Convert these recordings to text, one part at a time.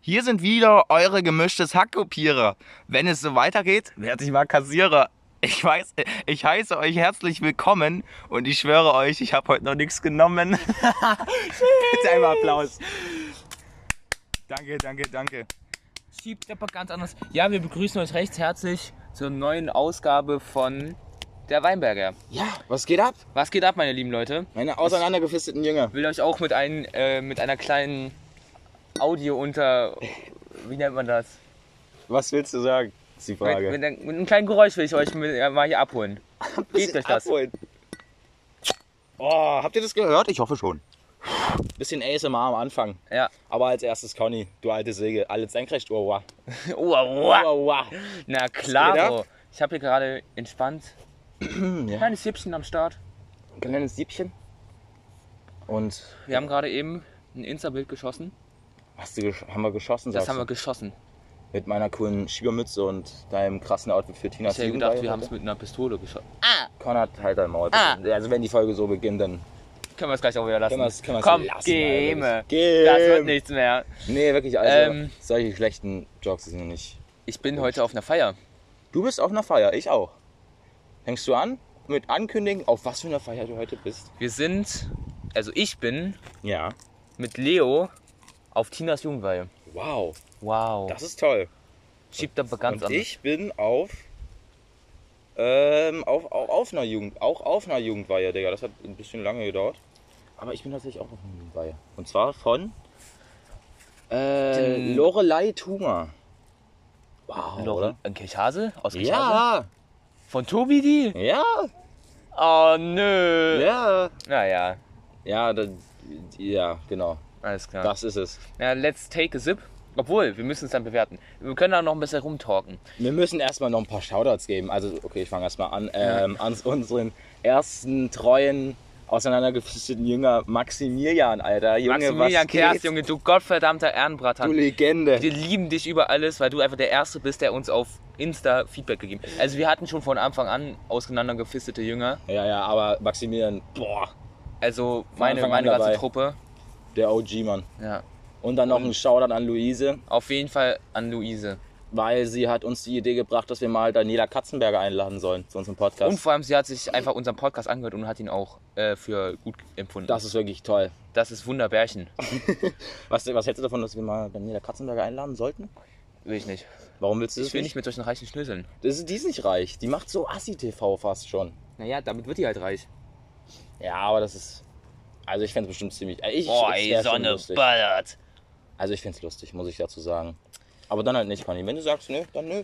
Hier sind wieder eure gemischtes Hackkopierer. Wenn es so weitergeht, werde ich mal Kassierer. Ich weiß, ich heiße euch herzlich willkommen und ich schwöre euch, ich habe heute noch nichts genommen. Bitte einmal Applaus. Danke, danke, danke. Schiebt aber ganz anders. Ja, wir begrüßen euch recht herzlich zur neuen Ausgabe von der Weinberger. Ja, was geht ab? Was geht ab, meine lieben Leute? Meine auseinandergefisteten Jünger. Will euch auch mit, ein, äh, mit einer kleinen Audio unter. Wie nennt man das? Was willst du sagen? Ist die Mit, mit, einem- mit einem kleinen Geräusch will ich euch mit, äh, mal hier abholen. Gebt euch das. Abholen. Oh, habt ihr das gehört? Ich hoffe schon. Bisschen ASMR am Anfang. Ja. Aber als erstes, Conny, du alte Säge, alles senkrecht. Oh, wow. Oha, Oh, oha. wow. Na geht klar. ab? Ich habe hier gerade entspannt. Kleines Sippchen am Start. Kleines Siebchen. Und Wir haben gerade eben ein Insta-Bild geschossen. hast du gesch- haben wir geschossen, Das sagst haben wir du? geschossen. Mit meiner coolen Schiebermütze und deinem krassen Outfit für Tina Ich hätte gedacht, wir haben es mit einer Pistole geschossen. Ah! Connor, halt dein Maul. Ah. bitte. Also, wenn die Folge so beginnt, dann Können wir es gleich auch wieder lassen. können wir es können wir's Komm, lassen. gehme. Alter. Geh. Das wird nichts mehr. Nee, wirklich, also, Ähm. solche schlechten Jokes sind nicht. Ich bin heute auf einer Feier. Du bist auf einer Feier, ich auch. Hängst du an? Mit ankündigen, auf was für einer Feier du heute bist? Wir sind, also ich bin Ja. mit Leo auf Tinas Jugendweihe. Wow, Wow. das ist toll. schiebt aber ganz und anders. ich bin auf, ähm, auf, auf, auf einer Jugend, auch auf einer Jugendweihe, Digga. Das hat ein bisschen lange gedauert. Aber ich bin tatsächlich auch auf einer Jugendweihe. Und zwar von äh, Den- Lorelei Thuma. Wow, Noch oder? in Kirchhase? Aus Kirchhase? Ja, Von Tobi die? ja, Oh nö. ja. Naja, Ja, da, ja, genau. alles klar. Das ist es. Ja, let's take a sip. Obwohl, wir müssen es dann bewerten. Wir können da noch ein bisschen rumtalken. Wir müssen erstmal noch ein paar Shoutouts geben. Also, okay, ich fange erstmal an. Ähm, an unseren ersten treuen, auseinandergeflüchteten Jünger Maximilian, Alter. Junge, Maximilian was Kers, geht? Junge, du gottverdammter Du Ehrenbratant. Legende. Wir lieben dich über alles, weil du einfach der Erste bist, der uns auf Insta Feedback gegeben hat. Also wir hatten schon von Anfang an auseinandergefistete Jünger. Ja, ja, aber Maximilian, boah, Also meine, Anfang an meine ganze dabei. Truppe. der OG, Mann. Ja. Und dann noch ein Shoutout an Luise, Auf jeden Fall an Luise. weil sie hat uns die Idee gebracht, dass wir mal Daniela Katzenberger einladen sollen zu unserem Podcast. Und vor allem, sie hat sich einfach unseren Podcast angehört und hat ihn auch äh, für gut empfunden. das ist wirklich toll. Das ist Wunderbärchen. Was, was hältst du davon, dass wir mal Daniela Katzenberger einladen sollten? Will ich nicht. Warum willst du das Ich will nicht mit solchen reichen Schnöseln. Das ist, die ist nicht reich. Die macht so Assi-TV fast schon. Naja, damit wird die halt reich. Ja, aber das ist. Also ich fände es bestimmt ziemlich. Ich, Boah, ich- ey, wär's schon Sonne lustig. ballert. Also ich fände es lustig, muss ich dazu sagen. Aber dann halt nicht, Conny. Wenn du sagst, nö, dann nö.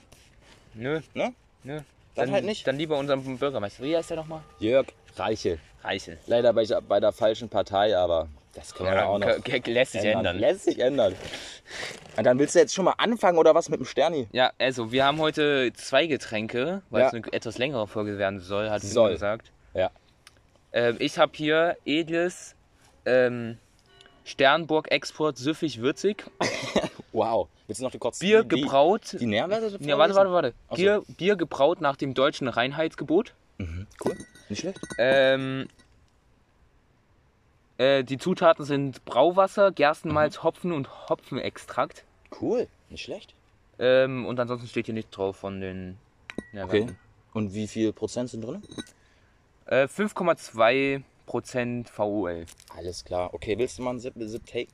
Nö, Ne? nö. Dann halt nicht. Dann lieber unseren Bürgermeister. Wie heißt der nochmal? Jörg Reichel. Reichel. Leider bei, bei der falschen Partei, aber das können wir Ja, auch noch k- k- lässt sich ändern. Lässt sich ändern. Und dann willst du jetzt schon mal anfangen oder was mit dem Sterni? Ja, also wir haben heute zwei Getränke, weil Ja. es eine etwas längere Folge werden soll, hat Soll. soll. gesagt. Ja. Ähm, ich habe hier edles ähm, Sternburg Export süffig würzig Wow. Willst du noch die kurze Bier die, gebraut. Die Nährwerte? ja, warte, warte, warte. Ach so. Bier, Bier gebraut nach dem deutschen Reinheitsgebot. Cool. Nicht schlecht. Ähm, äh, die Zutaten sind Brauwasser, Gerstenmalz, Mhm. Hopfen und Hopfenextrakt. Cool. Nicht schlecht. Ähm, und ansonsten steht hier nichts drauf von den Okay. Nährwerten. Und wie viel Prozent sind drin? Äh, 5,2% VOL. Alles klar. Okay, willst du mal einen Sip, Sip taken?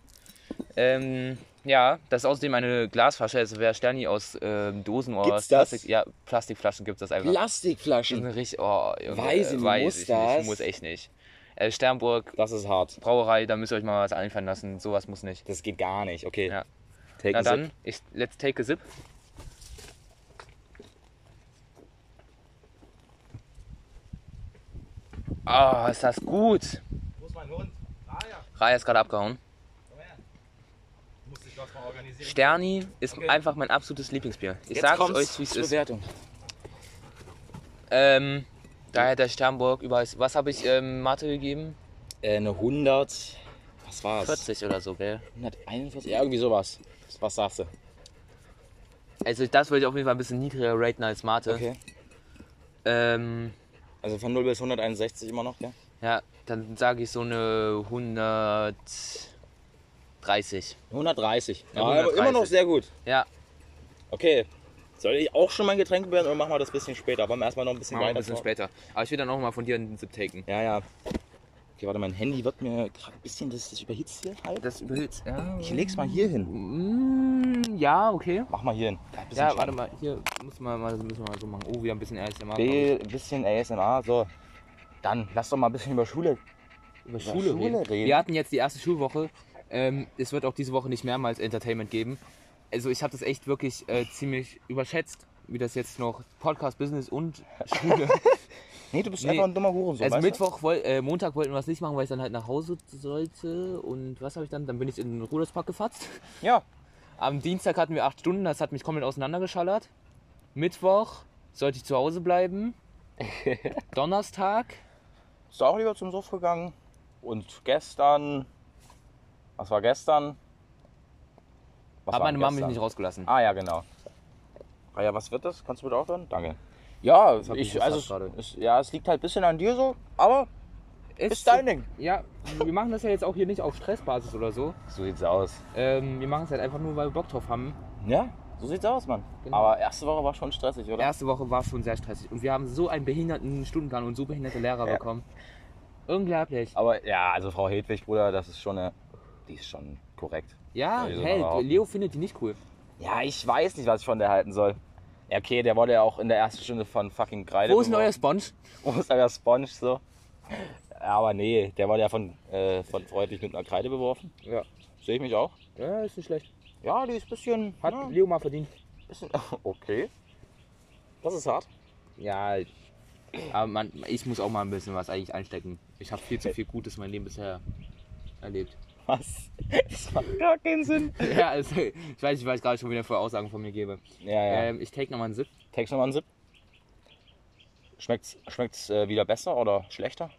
Ähm, ja, das ist außerdem eine Glasflasche. Also wer Sterni aus ähm, Dosen oder Gibt's das? Plastik, ja, Plastikflaschen gibt es einfach. Das Plastikflaschen. ist richtig, oh, Junge, Weiß ich, muss ich das? nicht, muss echt nicht. Äh, Sternburg Das ist hart. Brauerei, da müsst ihr euch mal was einfallen lassen. Sowas muss nicht. Das geht gar nicht. Okay. Ja. Take Na a dann, sip. ich, let's take a sip. Ah, ist das gut. Wo ist mein Hund? Ah ja, Raya ist gerade abgehauen. komm her. Muss ich was mal organisieren. Sterni ist einfach mein absolutes Lieblingsbier. Ich Jetzt sag's kommt's euch, wie es zur ist. Bewertung. Ähm, daher der Sternburg überall. Was habe ich ähm, Mathe gegeben? Äh, eine 100. Was war's? 40 oder so, gell? 141. Ja, irgendwie sowas. Was sagst du? Also das würde ich auf jeden Fall ein bisschen niedriger raten als Mathe. Okay. Ähm, Also von 0 bis 161 immer noch, gell? ja, dann sage ich so eine 130. 30. 130. Ja, Ja, aber immer noch 130. sehr gut. Ja. Okay. Soll ich auch schon mein Getränk werden oder machen wir das ein bisschen später? Wollen wir erstmal noch ein bisschen Machen wir ein weiter bisschen später. Aber ich will dann auch mal von dir einen Sip taken. Ja, ja. Okay, warte, mein Handy wird mir gerade ein bisschen, das, das überhitzt hier halb. Das überhitzt. Ja. ich leg's mal hier hin. Mm, ja, okay. Mach mal hier hin. Ein bisschen Ja, Schaden. warte mal, hier müssen wir mal, müssen wir mal so machen. Oh, wieder ein bisschen ASMR. glaub ich. Ein bisschen ASMR, so. Dann lass doch mal ein bisschen über Schule. Über Schule reden. Wir hatten jetzt die erste Schulwoche. Ähm, es wird auch diese Woche nicht mehrmals Entertainment geben. Also ich habe das echt wirklich äh, ziemlich überschätzt, wie das jetzt noch Podcast, Business und Schule. Nee, du bist Nee. einfach ein dummer Hurensohn. also weißt du? Mittwoch, woll, äh, Montag wollten wir das nicht machen, weil ich dann halt nach Hause sollte. Und was habe ich dann? Dann bin ich in den Ruderspark gefatzt. Ja. Am Dienstag hatten wir acht Stunden, das hat mich komplett auseinandergeschallert. Mittwoch sollte ich zu Hause bleiben. Donnerstag Bist du auch lieber zum Suff gegangen? Und gestern. Was war gestern? Was hat war meine Mama mich gestern? nicht rausgelassen. Ah ja, genau. Ah ja, was wird das? Kannst du bitte aufhören? Danke. Ja, hab ich ich, gesagt also gerade. es, es, ja, es liegt halt ein bisschen an dir so, aber ist dein Ding. Ja, wir machen das ja jetzt auch hier nicht auf Stressbasis oder so. So sieht's aus. Ähm, wir machen es halt einfach nur, weil wir Bock drauf haben. Ja, so sieht's aus, Mann. Genau. Aber erste Woche war schon stressig, oder? Erste Woche war schon sehr stressig und wir haben so einen behinderten Stundenplan und so behinderte Lehrer Ja. bekommen. Unglaublich. Aber ja, also Frau Hedwig, Bruder, das ist schon eine. Die ist schon korrekt. Ja, Ja, die sind hey, aber auch- Leo findet die nicht cool. Ja, ich weiß nicht, was ich von der halten soll. Ja, Okay, der wurde ja auch in der ersten Stunde von fucking Kreide. Wo ist denn euer beworfen. Sponge? Wo ist euer Sponge so? Ja, Aber nee, der wurde ja von, äh, von freundlich mit einer Kreide beworfen. Ja. Sehe ich mich auch? Ja, ist nicht schlecht. Ja, die ist ein bisschen. Hat ja, Leo mal verdient. bisschen okay. Das ist hart. Ja, aber man, ich muss auch mal ein bisschen was eigentlich einstecken. Ich habe viel zu viel Gutes mein Leben bisher erlebt. Was? Das macht gar keinen Sinn. Ja, also, ich weiß, ich weiß gerade schon wieder vor Aussagen von mir gebe. Ja, ja. Ähm, ich take nochmal einen Sip. Text nochmal einen Sip. Schmeckt's, schmeckt's äh, wieder besser oder schlechter?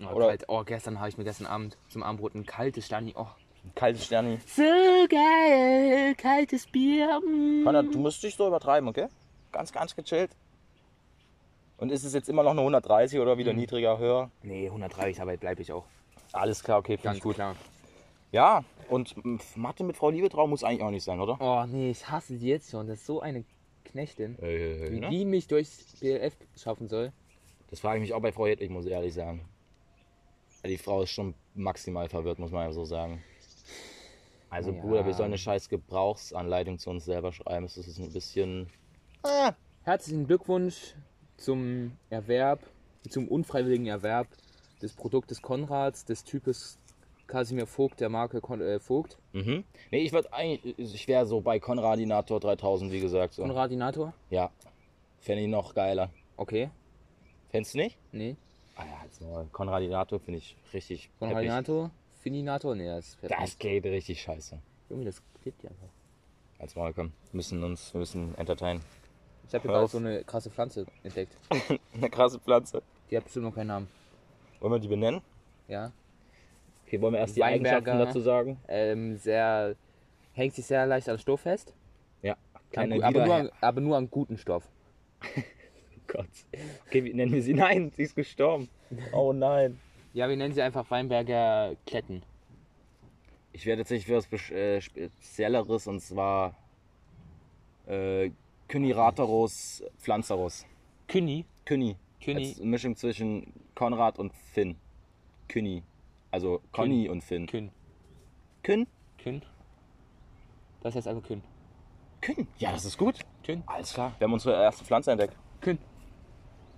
Oh, Oder- kalt. oh gestern habe ich mir gestern Abend zum Abendbrot ein kaltes Stani. Oh. Kaltes Sterni. So geil, kaltes Bier. mm. Konrad, du musst dich so übertreiben, okay? Ganz, ganz gechillt. Und ist es jetzt immer noch eine 130 oder wieder niedriger, höher? Nee, 130, aber bleibe ich auch. Alles klar, okay, finde Ganz ich gut. klar. Ja, und m, Mathe mit Frau Liebetrau muss eigentlich auch nicht sein, oder? Oh nee, ich hasse die jetzt schon. Das ist so eine Knechtin, wie ne? die mich durchs BLF schaffen soll. Das frage ich mich auch bei Frau Hedwig, muss ich ehrlich sagen. Ja, die Frau ist schon maximal verwirrt, muss man ja so sagen. Also, Ja. Bruder, wir sollen eine scheiß Gebrauchsanleitung zu uns selber schreiben. Das ist ein bisschen. Ah, Herzlichen Glückwunsch zum Erwerb, zum unfreiwilligen Erwerb des Produktes Konrads, des Types Casimir Vogt, der Marke Kon äh, Vogt. Mhm. Nee, ich würde eigentlich, ich wäre so bei Konradinator 3000, wie gesagt. So. Konradinator? Ja. Fände ich noch geiler. Okay, Fändest du nicht? nee. Ah ja, jetzt mal. Konradinator finde ich richtig. peppig. Konradinator? Fininator? Nee, das fährt Das geht richtig scheiße. Junge, das klebt ja einfach. Als mal komm. Wir müssen uns, wir müssen entertainen. Ich habe hier Was? gerade so eine krasse Pflanze entdeckt. Eine krasse Pflanze. Die hat bestimmt noch keinen Namen. Wollen wir die benennen? Ja. Okay, wollen wir erst die Weinberger. Eigenschaften dazu sagen? Ähm, sehr. Hängt sich sehr leicht an Stoff fest. Ja. An, Keine gu- aber, nur Wiederher- an, aber nur an guten Stoff. oh Gott. Okay, wie nennen wir sie? Nein, sie ist gestorben. Oh nein. Ja, wir nennen sie einfach Weinberger Kletten. Ich werde jetzt nicht für was Besch- äh, Spezielleres und zwar äh, Kyniratorus Pflanzerus. Küni. Künni. Künni. Als Mischung zwischen Konrad und Finn. Künni. Also Conny und Finn. Kün. Kün? Kün. Das heißt einfach Kün. Kün. Ja, das ist gut. Kün. Alles klar. Wir haben unsere erste Pflanze entdeckt. Kün.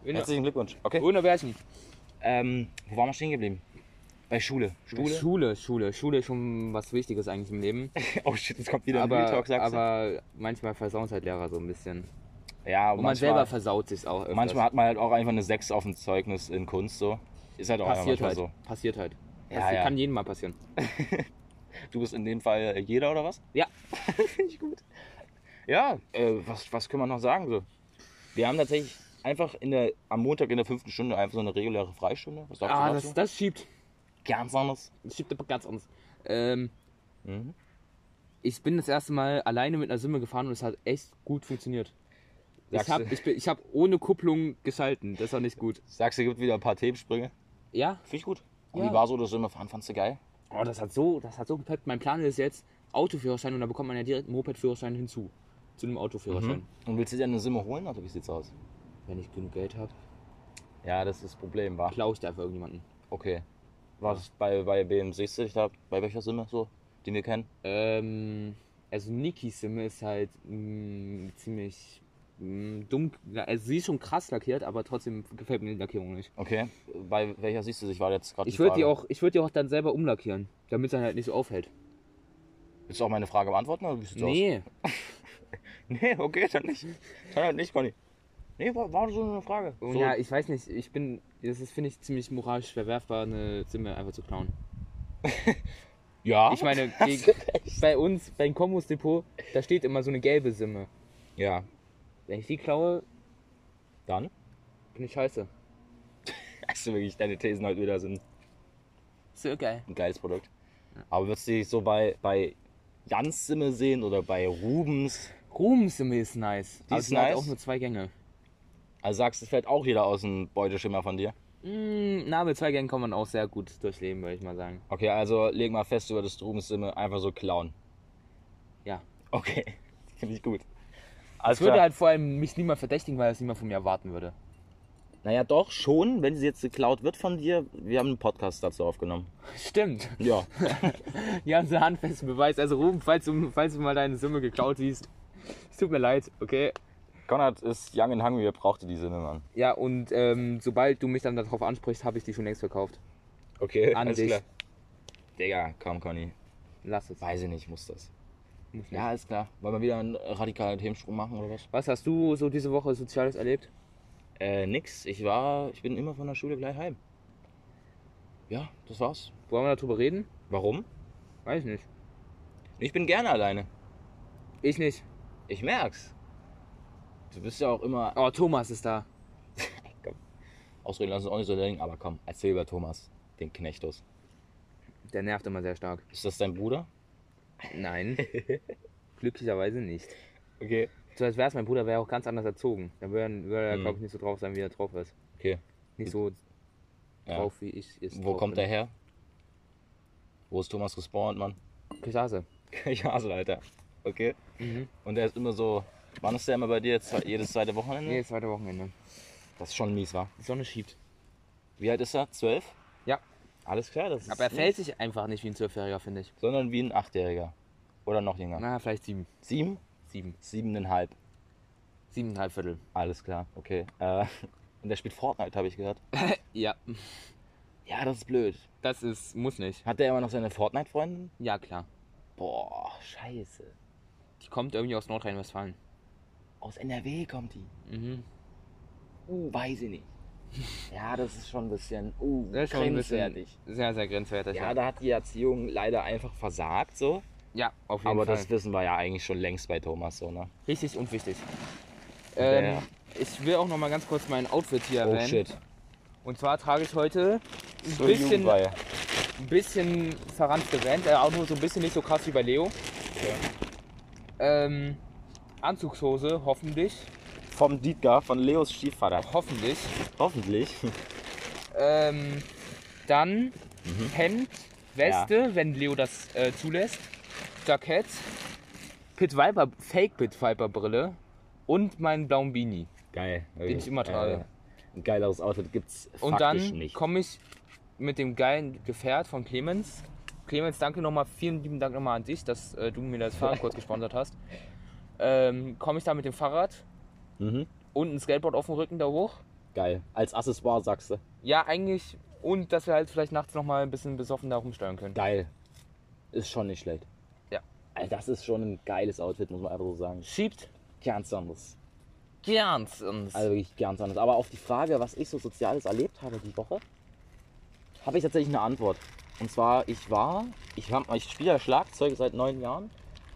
Herzlichen Glückwunsch. Okay. Ohne Bärchen. Ähm, wo waren wir stehen geblieben? Bei Schule. Schule? Schule, Schule. Schule ist schon was Wichtiges eigentlich im Leben. oh shit, jetzt kommt wieder ein Real Aber, Talk, sagst aber manchmal versauen es halt Lehrer so ein bisschen. Und du? Ja, und man selber versaut sich auch öfters. manchmal hat man halt auch einfach eine 6 auf dem Zeugnis in Kunst so. Ist halt auch einfach passiert manchmal halt. so. Passiert halt. Ja, das ja. kann jedem mal passieren. Du bist in dem Fall äh, jeder oder was? Ja. Finde ich gut. Ja, äh, was, was können wir noch sagen? So? Wir haben tatsächlich einfach in der, am Montag in der fünften Stunde einfach so eine reguläre Freistunde. Was sagst Ah, du das, dazu? das schiebt. ganz anders. Das schiebt aber ganz anders. Ähm, Mhm. ich bin das erste Mal alleine mit einer Simme gefahren und es hat echt gut funktioniert. Ich Sagst habe du- ich, bin- ich hab ohne Kupplung geschalten. Das war nicht gut. Sagst du, gibt wieder ein paar Themensprünge? Ja, Finde ich gut. Ja. Und wie war so das Immerfahren? Fandst du geil? Oh, das hat so, das hat so gepeppt. Mein Plan ist jetzt Autoführerschein und da bekommt man ja direkt einen Mopedführerschein hinzu. Zu einem Autoführerschein. Und willst du dir eine Simme holen oder wie sieht's aus? Wenn ich genug Geld habe, Ja, das ist das Problem, war. klaue ich da einfach irgendjemanden. Okay. Was bei, bei wem siehst du dich da? Bei welcher Simme so? Die wir kennen? Ähm, also Nikis Simme ist halt mh, ziemlich mh, dunkel. Also sie ist schon krass lackiert, aber trotzdem gefällt mir die Lackierung nicht. Okay. Bei welcher siehst du dich? War jetzt gerade Ich würde die, Frage. auch- ich würd die auch dann selber umlackieren, damit sie halt nicht so auffällt. Willst du auch meine Frage beantworten oder wie sieht's Nee, aus? Nee, okay, dann nicht. Dann halt nicht, Conny. Nee, war, war so eine Frage. Und so, Oh ja, ich weiß nicht, ich bin, das ist, finde ich, ziemlich moralisch verwerfbar, eine Simme einfach zu klauen. ja. Ich meine, gegen, bei uns, beim Kombos Depot, da steht immer so eine gelbe Simme. Ja. Wenn ich die klaue, Dann? bin ich scheiße. Also wirklich, deine Thesen halt wieder sind So geil. ein geiles Produkt. Aber würdest du dich so bei, bei Jans Simme sehen oder bei Rubens? Rubensimme ist nice. Die aber ist die hat nice. auch nur zwei Gänge. Also sagst du, vielleicht auch jeder aus dem Beuteschimmer von dir? Mm, na, mit zwei Gängen kann man auch sehr gut durchleben, würde ich mal sagen. Okay, also leg mal fest, du würdest Rubens Simme einfach so klauen. Ja. Okay, finde ich gut. Alles Ich würde klar. halt vor allem mich niemand verdächtigen, weil das niemand von mir erwarten würde. naja, doch, schon, wenn sie jetzt geklaut wird von dir. Wir haben einen Podcast dazu aufgenommen. Stimmt. Ja. Ja, unser handfesten Beweis. Also Ruben, falls du, falls du mal deine Summe geklaut siehst, es tut mir leid, okay? Konrad ist young and hungry, er brauchte die Sinne, Mann. Ja, und ähm, sobald du mich dann darauf ansprichst, habe ich die schon längst verkauft. Okay, An dich. Digga, komm, Conny. Lass es. Weiß ich nicht, muss das. Muss Ja, alles klar. Wollen wir wieder einen radikalen Themensprung machen oder was? Was hast du so diese Woche Soziales erlebt? Äh, nix. Ich war, ich bin immer von der Schule gleich heim. Ja, das war's. Wollen wir darüber reden? Warum? Weiß nicht. Ich bin gerne alleine. Ich nicht. Ich merk's. Du bist ja auch immer Oh, Thomas ist da. Ausreden lassen ist auch nicht so lang, aber komm, erzähl über Thomas, den Knechtus. Der nervt immer sehr stark. Ist das dein Bruder? Nein. Glücklicherweise nicht. Okay. So als wär's mein Bruder, wäre auch ganz anders erzogen. Dann würde würde er, Hm. glaube ich, nicht so drauf sein, wie er drauf ist. Okay. Nicht so Ja. drauf, wie ich es Wo drauf kommt bin. der her? Wo ist Thomas gespawnt, Mann? Kirchhase. ich hasse, Alter. Okay. Mhm. Und der ist immer so. Wann ist der immer bei dir? Jetzt jedes zweite Wochenende? Nee, zweite Wochenende. Das ist schon mies, wa? Die Sonne schiebt. Wie alt ist er? Zwölf? Ja. Alles klar, das ist. Aber er fällt sich einfach nicht wie ein Zwölfjähriger, finde ich. Sondern wie ein Achtjähriger. Oder noch jünger. Na, vielleicht sieben. Sieben? Sieben. Siebeneinhalb. Siebeneinhalb Viertel. Alles klar, okay. Äh, und der spielt Fortnite, habe ich gehört. Ja, Ja, das ist blöd. das ist, muss nicht. Hat der immer noch seine Fortnite-Freundin? Ja, klar. Boah, scheiße. Die kommt irgendwie aus Nordrhein-Westfalen. Aus NRW kommt die. Mhm. Uh, weiß ich nicht. Ja, das ist schon ein bisschen, uh, Das ist schon ein bisschen- grenzwertig. Sehr, sehr grenzwertig. Ja, da hat die Erziehung leider einfach versagt, so. ja auf jeden Aber Fall. das wissen wir ja eigentlich schon längst bei Thomas, so, ne? Richtig und wichtig. Ja, Ähm, ja. Ich will auch noch mal ganz kurz mein Outfit hier Oh erwähnen. shit. Und zwar trage ich heute ein So bisschen, Jugendweihe. ein bisschen verranzte Vans, äh, auch nur so ein bisschen nicht so krass wie bei Leo. Ähm, Anzugshose, hoffentlich. Vom Dietgar, von Leos Stiefvater. Hoffentlich. Hoffentlich. Ähm, dann Mhm. Hemd, Weste, wenn Leo das äh, zulässt. Jackett, Pit Viper, Fake Pit Viper Brille und meinen blauen Beanie. Geil. Den ich immer trage. Äh, ein geileres Outfit gibt's Und faktisch dann nicht. komme ich mit dem geilen Gefährt von Clemens. Clemens, danke nochmal, vielen lieben Dank nochmal an dich, dass äh, du mir das Fahrrad kurz gesponsert hast. Ähm, komme ich da mit dem Fahrrad Mhm. und ein Skateboard auf dem Rücken da hoch. Geil. Als Accessoire sagst du. Ja, eigentlich. Und dass wir halt vielleicht nachts nochmal ein bisschen besoffen da rumsteuern können. Geil. Ist schon nicht schlecht. Ja. Also das ist schon ein geiles Outfit, muss man einfach so sagen. Schiebt Ganz anderes. gern uns. Also wirklich ganz anders. Aber auf die Frage, was ich so Soziales erlebt habe die Woche, habe ich tatsächlich eine Antwort. Und zwar, ich war, ich, hab- ich spiele ja Schlagzeug seit neun Jahren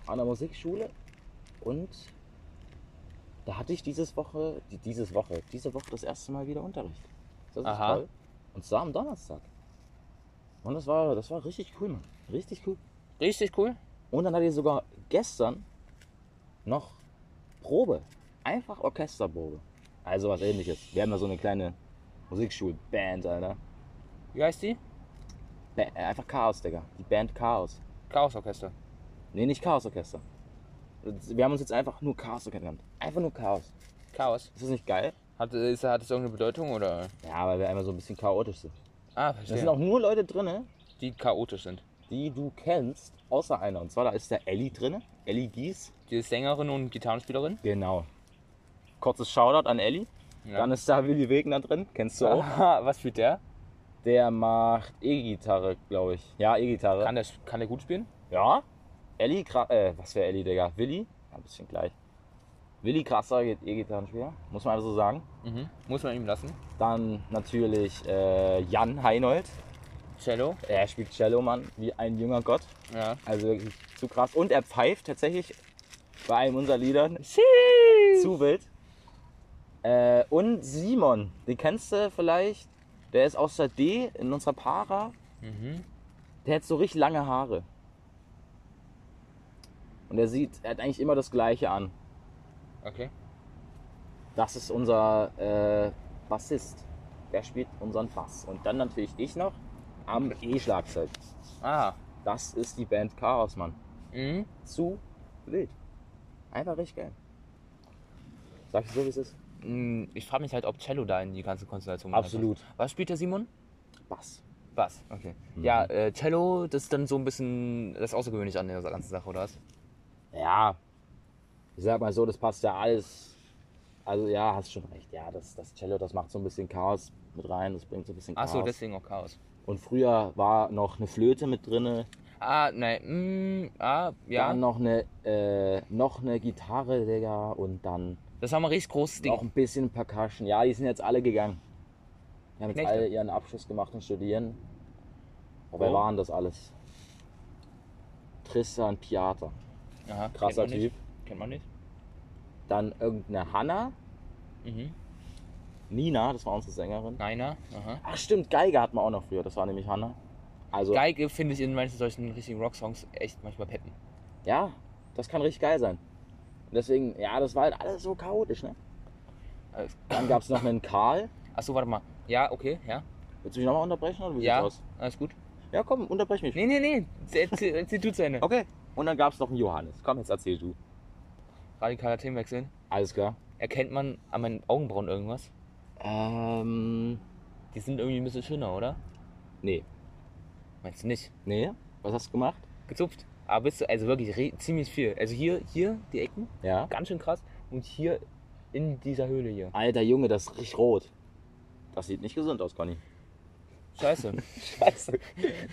an der Musikschule und da hatte ich dieses Woche, die- dieses Woche, diese Woche das erste Mal wieder Unterricht. Das ist Aha. toll. Und zwar am Donnerstag. Und das war, das war richtig cool, Mann. Richtig cool. Richtig cool. Und dann hatte ich sogar gestern noch Probe. Einfach Orchesterprobe. Also was ähnliches. Wir haben da so eine kleine Musikschulband, Alter. Wie heißt die? Ba äh, einfach Chaos, Digga. Die Band Chaos. Chaosorchester. Nee, nicht Chaos Orchester. Wir haben uns jetzt einfach nur Chaos Orchester genannt. Einfach nur Chaos. Chaos. Ist das nicht geil? Hat, ist, hat das irgendeine Bedeutung oder? Ja, weil wir einmal so ein bisschen chaotisch sind. Ah, Da verstehe. sind auch nur Leute drin, die chaotisch sind. die du kennst, außer einer. Und zwar da ist der Elli drin. Elli Gies. Die ist Sängerin und Gitarrenspielerin. Genau. Kurzes Shoutout an Elli. Ja. Dann ist da Willi Wegner drin. Kennst du auch? Aha, was spielt der? Der macht E-Gitarre, glaube ich. Ja, E-Gitarre. Kann der, kann der gut spielen? Ja. Elli, Gra äh, was wäre Elli, Digga? Willi? Ja, ein bisschen gleich. Willi krasser Git- E-Gitarrenspieler, muss man einfach so sagen. Mhm. Muss man ihm lassen. Dann natürlich äh, Jan Heinold. Cello. Er spielt Cello, Mann, wie ein junger Gott. Ja. Also wirklich zu krass. Und er pfeift tatsächlich bei einem unserer Liedern. Zu wild. Äh, und Simon, den kennst du vielleicht. Der ist aus der D in unserer Para. Mhm. Der hat so richtig lange Haare. Und er sieht, er hat eigentlich immer das Gleiche an. Okay. Das ist unser äh, Bassist. Der spielt unseren Bass. Und dann natürlich ich noch am E-Schlagzeug. Ah. Das ist die Band Chaos, Mann. Mhm. Zu wild. Einfach richtig geil. Sag ich so, wie es ist? Mm, Ich frage mich halt, ob Cello da in die ganze Konstellation Absolut. reinpasst. Was spielt der Simon? Bass. Mhm. Bass. Okay. Ja, äh, Cello, das ist dann so ein bisschen das Außergewöhnliche an der ganzen Sache, oder was? Ja. Ich sag mal so, das passt ja alles. Also ja, hast schon recht. Ja, das, das Cello, das macht so ein bisschen Chaos mit rein. Das bringt so ein bisschen Chaos. Achso, deswegen auch Chaos. Und früher war noch eine Flöte mit drinne. Ah, nein. Mm, ah, ja. Dann noch eine, äh, noch eine Gitarre, Digga. Und dann Das war mal ein richtig großes Ding. noch ein bisschen Percussion. Ja, die sind jetzt alle gegangen. Die haben jetzt Knechte. alle ihren Abschluss gemacht und studieren. Aber wer Oh. waren das alles? Tristan Piata. Aha, Krasser kennt man Typ. nicht. Kennt man nicht. Dann irgendeine Hanna. Mhm. Nina, das war unsere Sängerin. Neiner. Aha. Ach Ah, stimmt, Geige hatten wir auch noch früher. Das war nämlich Hanna. Also, Geige finde ich in manchen solchen richtigen Rocksongs echt manchmal peppen. ja, das kann richtig geil sein. Und deswegen, ja, das war halt alles so chaotisch, ne? Alles- Dann gab es noch einen Karl. Achso, warte mal. Ja, okay, ja. Willst du mich nochmal unterbrechen oder wie Ja, sieht's aus? alles gut. Ja, komm, unterbrech mich. Nee, nee, nee. Erzähl, erzähl du zu Ende. Okay. Und dann gab es noch einen Johannes. Komm, jetzt erzähl du. Radikaler Themenwechsel. Alles klar. Erkennt man an meinen Augenbrauen irgendwas? Ähm, Die sind irgendwie ein bisschen schöner, oder? nee. Meinst du nicht? Nee? Was hast du gemacht? Gezupft. Aber bist du, also wirklich re- ziemlich viel. Also hier, hier, die Ecken, Ja. ganz schön krass. Und hier in dieser Höhle hier. Alter Junge, das ist richtig rot. Das sieht nicht gesund aus, Conny. Scheiße. Scheiße.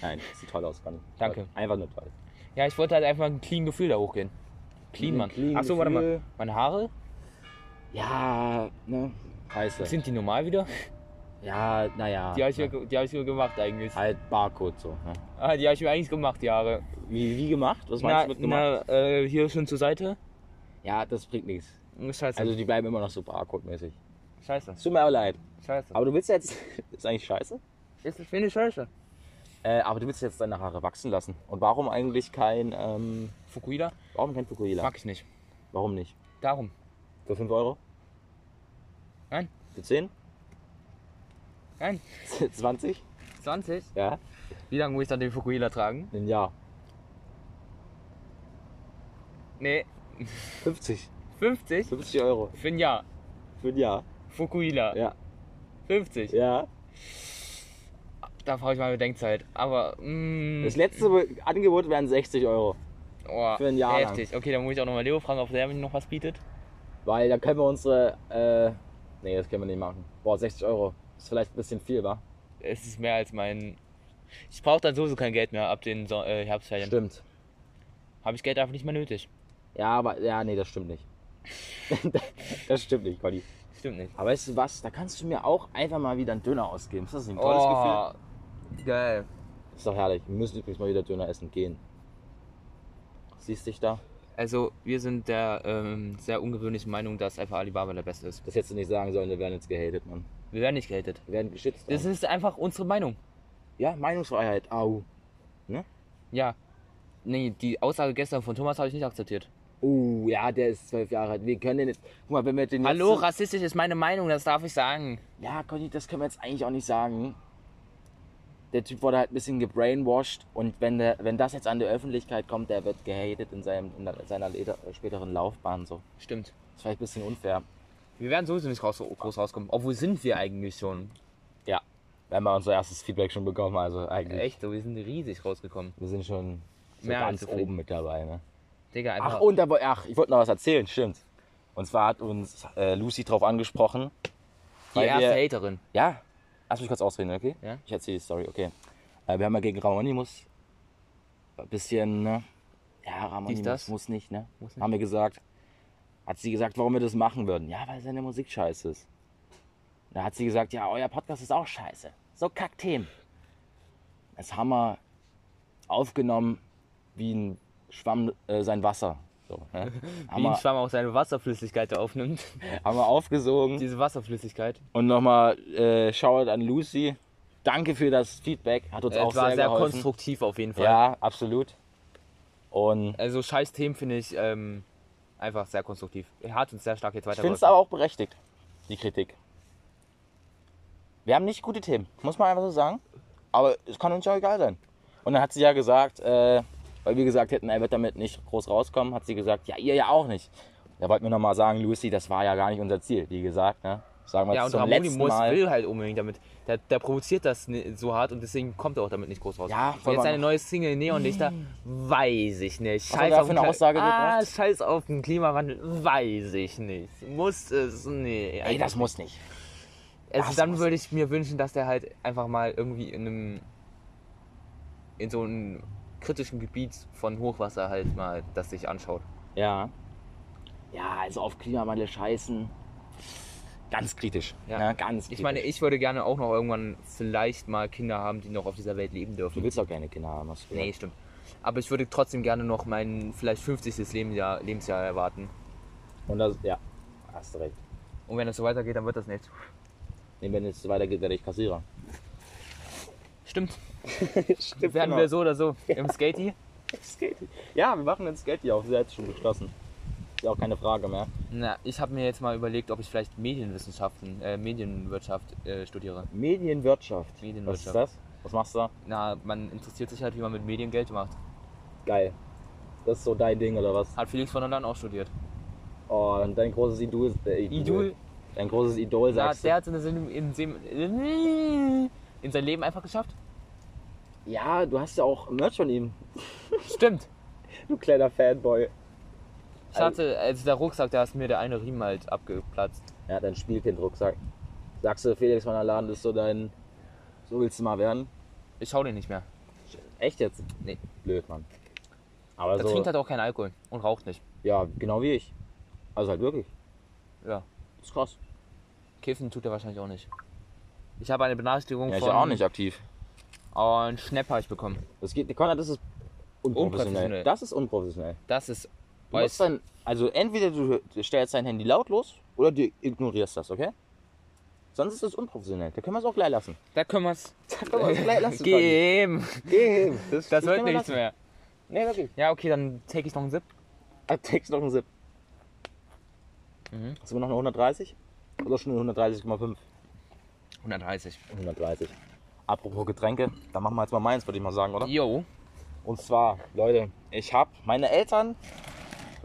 Nein, das sieht toll aus, Conny. Danke. Toll. Einfach nur toll. ja, ich wollte halt einfach ein clean Gefühl da hochgehen. Clean, Ein Mann. clean Achso, warte mal. Gefühl. Meine Haare, Ja, ne? Scheiße. sind die normal wieder? Ja, naja. Die habe ich, mir ge- die hab ich mir gemacht eigentlich. Halt Barcode so. Ne? Ah, die habe ich mir eigentlich gemacht, die Haare. Wie, wie gemacht? Was meinst Na, du mit gemacht? na, äh, hier schon zur Seite. Ja, das bringt nichts. Scheiße. Also die bleiben immer noch so Barcode-mäßig. scheiße. Es tut mir aber leid. Scheiße. Aber du willst jetzt... ist eigentlich scheiße? ist, finde ich scheiße. Äh, aber du willst jetzt deine Haare wachsen lassen. Und warum eigentlich kein, ähm, Fukuida warum kein Fukuhila? mag ich nicht. Warum nicht? Darum. Für 5 Euro? Nein. Für 10? Nein. 20? 20. Ja. Wie lange muss ich dann den Fukuila tragen? Ein Jahr. Nee, 50. 50 50 Euro. für ein Jahr. Für ein Jahr. Fukuila. Ja. 50. Ja. Da brauche ich mal Bedenkzeit. Aber, mh, Das letzte Be- Angebot wären 60 Euro. oh, für ein Jahr lang. Heftig. Okay, dann muss ich auch nochmal Leo fragen, ob der mir noch was bietet. Weil da können wir unsere, äh, nee, das können wir nicht machen. Boah, 60 Euro. Ist vielleicht ein bisschen viel, wa? Es ist mehr als mein. Ich brauche dann sowieso kein Geld mehr ab den so äh, Herbstferien. Stimmt. Habe ich Geld einfach nicht mehr nötig. Ja, aber, ja, nee, das stimmt nicht. das stimmt nicht, Conny. Stimmt nicht. Aber weißt du was? Da kannst du mir auch einfach mal wieder einen Döner ausgeben. Ist das nicht ein tolles Gefühl? Gefühl. Oh, Geil. Ist doch herrlich. Wir müssen übrigens mal wieder Döner essen gehen. Siehst dich da? Also, wir sind der ähm, sehr ungewöhnlichen Meinung, dass einfach Alibaba der Beste ist. Das hättest du nicht sagen sollen, wir werden jetzt gehatet, Mann. Wir werden nicht gehatet. Wir werden geschützt. Das ist einfach unsere Meinung. ja, Meinungsfreiheit. Au. Ja. Nee, die Aussage gestern von Thomas habe ich nicht akzeptiert. Uh, ja, der ist zwölf Jahre alt. Wir können den jetzt. Guck mal, wenn wir den jetzt. Hallo, rassistisch ist meine Meinung, das darf ich sagen. Ja, Conny, das können wir jetzt eigentlich auch nicht sagen. der Typ wurde halt ein bisschen gebrainwashed und wenn, der, wenn das jetzt an die Öffentlichkeit kommt, der wird gehatet in, seinem, in der- seiner leder- äh, späteren Laufbahn. So. Stimmt. Das ist vielleicht ein bisschen unfair, Wir werden sowieso nicht raus, groß rauskommen. Obwohl sind wir eigentlich schon? wenn wir unser erstes Feedback schon bekommen. Also eigentlich, Echt, so, wir sind riesig rausgekommen. wir sind schon so Mehr ganz als zufrieden. oben mit dabei. Ne? Digga, einfach. Ach, und da, woll- ach, ich wollte noch was erzählen, stimmt. Und zwar hat uns äh, Lucy drauf angesprochen. die weil erste wir- Haterin. Ja, lass mich kurz ausreden, okay? Ja. Ich erzähle die Story, okay. Äh, wir haben ja gegen Ramonimus ein bisschen, ne? Ja, Ramonimus das? muss nicht, ne? Muss nicht. Haben wir gesagt. Hat sie gesagt, warum wir das machen würden. Ja, weil seine Musik scheiße ist. Da hat sie gesagt, ja, euer Podcast ist auch scheiße. So Kackthemen. Das haben wir aufgenommen wie ein Schwamm äh, sein Wasser. So, ne? haben, Wie ein wir, Schwamm auch seine Wasserflüssigkeit da aufnimmt. haben wir aufgesogen. Diese Wasserflüssigkeit. Und nochmal äh, Shoutout an Lucy. Danke für das Feedback. Hat uns auch Äh, es war sehr, sehr, geholfen. konstruktiv auf jeden Fall. Ja, absolut. Und Also scheiß Themen finde ich ähm, einfach sehr konstruktiv. Er hat uns sehr stark jetzt ich finde es weitergeholfen. aber auch berechtigt, die Kritik. Wir haben nicht gute Themen, muss man einfach so sagen. Aber es kann uns ja egal sein. Und dann hat sie ja gesagt, äh, weil wir gesagt hätten, er wird damit nicht groß rauskommen, hat sie gesagt, ja, ihr ja auch nicht. Da wollten wir nochmal sagen, Lucy, das war ja gar nicht unser Ziel, wie gesagt. Ne? Sagen wir Ja, jetzt und zum Ramoni letzten muss, Mal. will halt unbedingt damit. Der, der provoziert das ni- so hart und deswegen kommt er auch damit nicht groß raus. Ja, Und voll jetzt Mann. seine neue Single Neonlichter, weiß ich nicht. hat er Scheiß da auf für den eine Kle- Aussage ah, gebracht? Scheiß auf den Klimawandel, weiß ich nicht. Muss es, nee. Ey, das muss nicht. also das dann muss- würde ich mir wünschen, dass der halt einfach mal irgendwie in einem, in so einem kritischen Gebiet von Hochwasser halt mal das sich anschaut. Ja. Ja, also auf Klimawandel scheißen. Ganz kritisch. Ja. Ne, ganz kritisch. Ich meine, ich würde gerne auch noch irgendwann vielleicht mal Kinder haben, die noch auf dieser Welt leben dürfen. du willst auch gerne Kinder haben, hast du Nee, gesagt. stimmt. Aber ich würde trotzdem gerne noch mein vielleicht 50. Lebensjahr, Lebensjahr erwarten. Und das, ja, hast du recht. Und wenn das so weitergeht, dann wird das nichts. Nee, wenn es so weitergeht, werde ich Kassierer. Stimmt. Stimmt, genau. Werden wir so oder so im Skatey? Ja, wir machen jetzt Geld hier auf, selbst schon beschlossen. Ist ja auch keine Frage mehr. Na, ich habe mir jetzt mal überlegt, ob ich vielleicht Medienwissenschaften, äh, Medienwirtschaft äh, studiere. Medienwirtschaft. Was ist Medienwirtschaft. das? Was machst du da? Na, man interessiert sich halt, wie man mit Medien Geld macht. Geil. Das ist so dein Ding, oder was? Hat Felix von Holland auch studiert. Oh, und dein großes Idol. Äh, Idul, Dein großes Idol, na, sagst der hat in, seinem- in, seinem- in sein Leben einfach geschafft. du. Ja, du hast ja auch Merch von ihm. Stimmt. Du kleiner Fanboy. Ich hatte, also der Rucksack, da ist mir der eine Riemen halt abgeplatzt. Er hat einen Spielkind-Rucksack. Sagst du, Felix von der Laden ist so dein. So willst du mal werden? Ich schau den nicht mehr. Echt jetzt? Nee. Blöd, Mann. Aber Der so. trinkt halt auch keinen Alkohol und raucht nicht. ja, genau wie ich. Also halt wirklich. Ja. Ist krass. Kiffen tut er wahrscheinlich auch nicht. Ich habe eine Benachrichtigung Ja, ich von bin auch nicht aktiv. Und Schnapp habe ich bekommen. Das geht. Conrad, das ist unprofessionell. Unprofessionell. Das ist unprofessionell. Das ist Du musst dann, also entweder du du stellst dein Handy lautlos oder du ignorierst das, okay? Sonst ist das unprofessionell. Da können wir es auch gleich lassen. Da können wir es Da können wir es gleich lassen. Conny. geben. Geh. Das, Das das wird können wir nichts lassen. mehr. Nee, wirklich. Ja, okay, dann take ich noch einen Sip. Text noch einen Sip. Mhm. Hast du immer noch eine 130? Oder schon eine 130,5? 130. 130. Apropos Getränke, dann machen wir jetzt mal meins, würde ich mal sagen, oder? Yo. Und zwar, Leute, ich habe, meine Eltern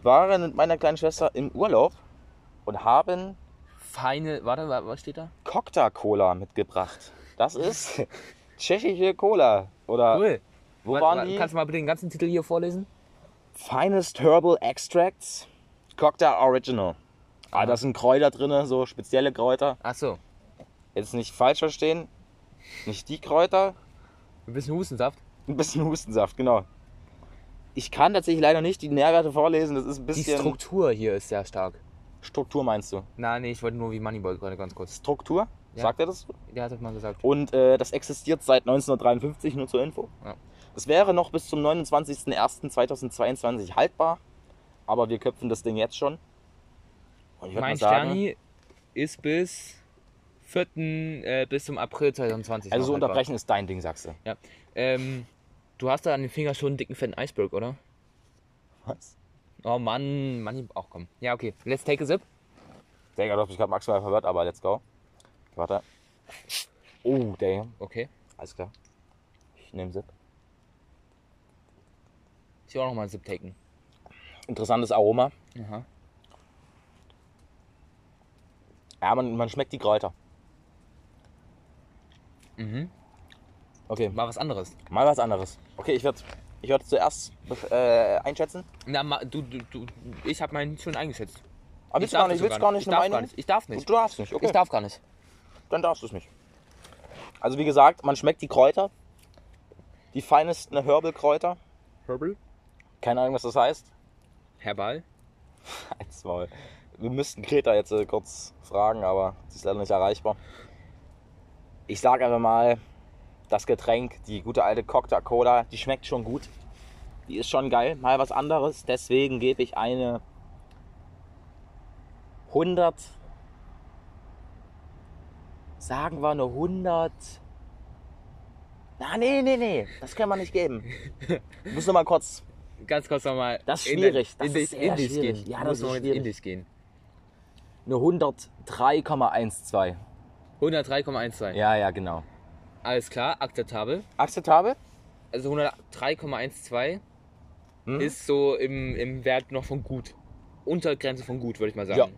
waren mit meiner kleinen Schwester im Urlaub und haben Feine. Warte, wa- was steht da? Cocktail-Cola mitgebracht. Das ist tschechische Cola. Oder Cool. wo Wa- wa- waren die? Kannst du mal bitte den ganzen Titel hier vorlesen? Finest Herbal Extracts, Cocktail Original. Ah, da sind Kräuter drin, so spezielle Kräuter. Ach so. Jetzt nicht falsch verstehen. Nicht die Kräuter, Ein bisschen Hustensaft. ein bisschen Hustensaft, genau. Ich kann tatsächlich leider nicht die Nährwerte vorlesen, das ist ein Die bisschen. Struktur hier ist sehr stark. Struktur meinst du? Na, nee, ich wollte nur wie Moneyball gerade ganz kurz. Struktur? Ja. Sagt er das? Der hat das mal gesagt. Und äh, das existiert seit 1953, nur zur Info. Ja. Es wäre noch bis zum 29.01.2022 haltbar, aber wir köpfen das Ding jetzt schon. Und ich würd mein mal sagen, also Sterni ist bis 4. Äh, bis zum April 2020. Also noch so haltbar. unterbrechen ist dein Ding, sagst du. Ja. Ähm, du hast da an den Finger schon einen dicken fetten Eisberg, oder? Was? Oh Mann, Mann, auch komm. Ja, okay. Let's take a sip. Digga, du hast mich gerade maximal verwirrt, aber let's go. Warte. Oh, damn. Okay. Alles klar. Nimm Sip. Ich will auch nochmal einen Sip taken. Interessantes Aroma. Aha. Ja, man, man schmeckt die Kräuter. Mhm. Okay, Mal was anderes. mal was anderes. Okay, ich werde ich werd zuerst äh, einschätzen. Na, ma, du, du, du, ich habe meinen schon eingeschätzt. Aber willst du gar nicht, willst du gar nicht Ich eine darf gar Meinung? nicht. Ich darf nicht. Du darfst nicht, okay. Ich darf gar nicht. Dann darfst du es nicht. Also wie gesagt, man schmeckt die Kräuter. Die feinesten Hörbelkräuter. Herbal? Keine Ahnung, was das heißt. Herbal? Halt's Maul. Wir müssten Greta jetzt äh, kurz fragen, aber sie ist leider nicht erreichbar. Ich sag einfach mal, das Getränk, die gute alte Cocktail-Cola, die schmeckt schon gut. Die ist schon geil, mal was anderes. Deswegen gebe ich eine 100. Sagen wir eine 100. Na, nee, nee, nee, das kann man nicht geben. Ich muss noch mal kurz Ganz kurz nochmal. Das ist in- schwierig. Das Indisch, ist sehr Indisch schwierig. gehen. Ja, Du das musst ist nochmal ins schwierig. Indisch gehen. eine 103,12. 103,12. Ja, ja, genau. Alles klar, akzeptabel. Akzeptabel? Also 103,12 Hm? ist so im, im Wert noch von gut. Untergrenze von gut, würde ich mal Ja. sagen.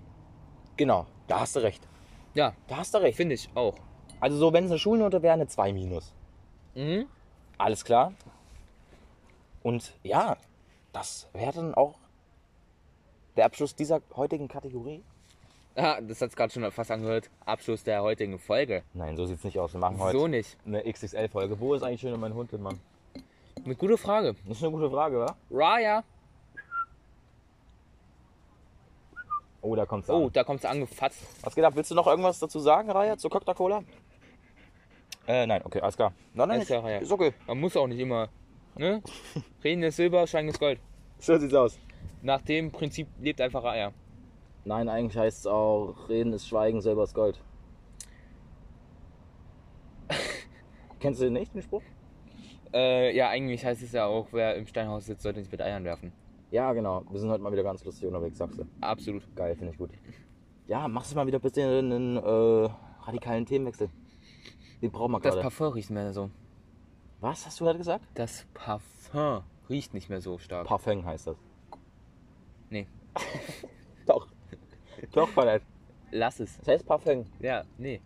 Genau, da hast du recht. Ja, Da hast du recht. finde ich auch. Also so, wenn es eine Schulnote wäre, eine 2 minus. Mhm. Alles klar. Und ja, das wäre dann auch der Abschluss dieser heutigen Kategorie. Ah, das hat es gerade schon fast angehört. Abschluss der heutigen Folge. Nein, so sieht's nicht aus. Wir machen heute So nicht. eine XXL-Folge. Wo ist eigentlich schön mein Hund, Mann? Eine gute Frage. Das ist eine gute Frage, wa? Raya. Oh, da kommt's Oh, an. da kommt es angefatzt. Was geht ab? Willst du noch irgendwas dazu sagen, Raya, zur Coca-Cola? Äh, nein, okay, alles klar. Nein, nein, Alles klar, Raya. ist okay. Man muss auch nicht immer. Ne? Reden ist Silber, Schein ist Gold. So sieht's aus. Nach dem Prinzip lebt einfach Raya. Nein, eigentlich heißt es auch, Reden ist Schweigen, selber ist Gold. Kennst du den nicht, den Spruch? Äh, ja, eigentlich heißt es ja auch, wer im Steinhaus sitzt, sollte nicht mit Eiern werfen. Ja, genau. Wir sind heute mal wieder ganz lustig unterwegs, sagst du. Absolut. Geil, finde ich gut. Ja, machst du mal wieder ein bisschen einen äh, radikalen Themenwechsel. Den brauchen wir Das gerade. Parfum riecht nicht mehr so. Was hast du gerade gesagt? Das Parfum riecht nicht mehr so stark. Parfum heißt das. Nee. Doch. Doch, Ballett. Lass es. Das heißt Parfum. Ja, nee.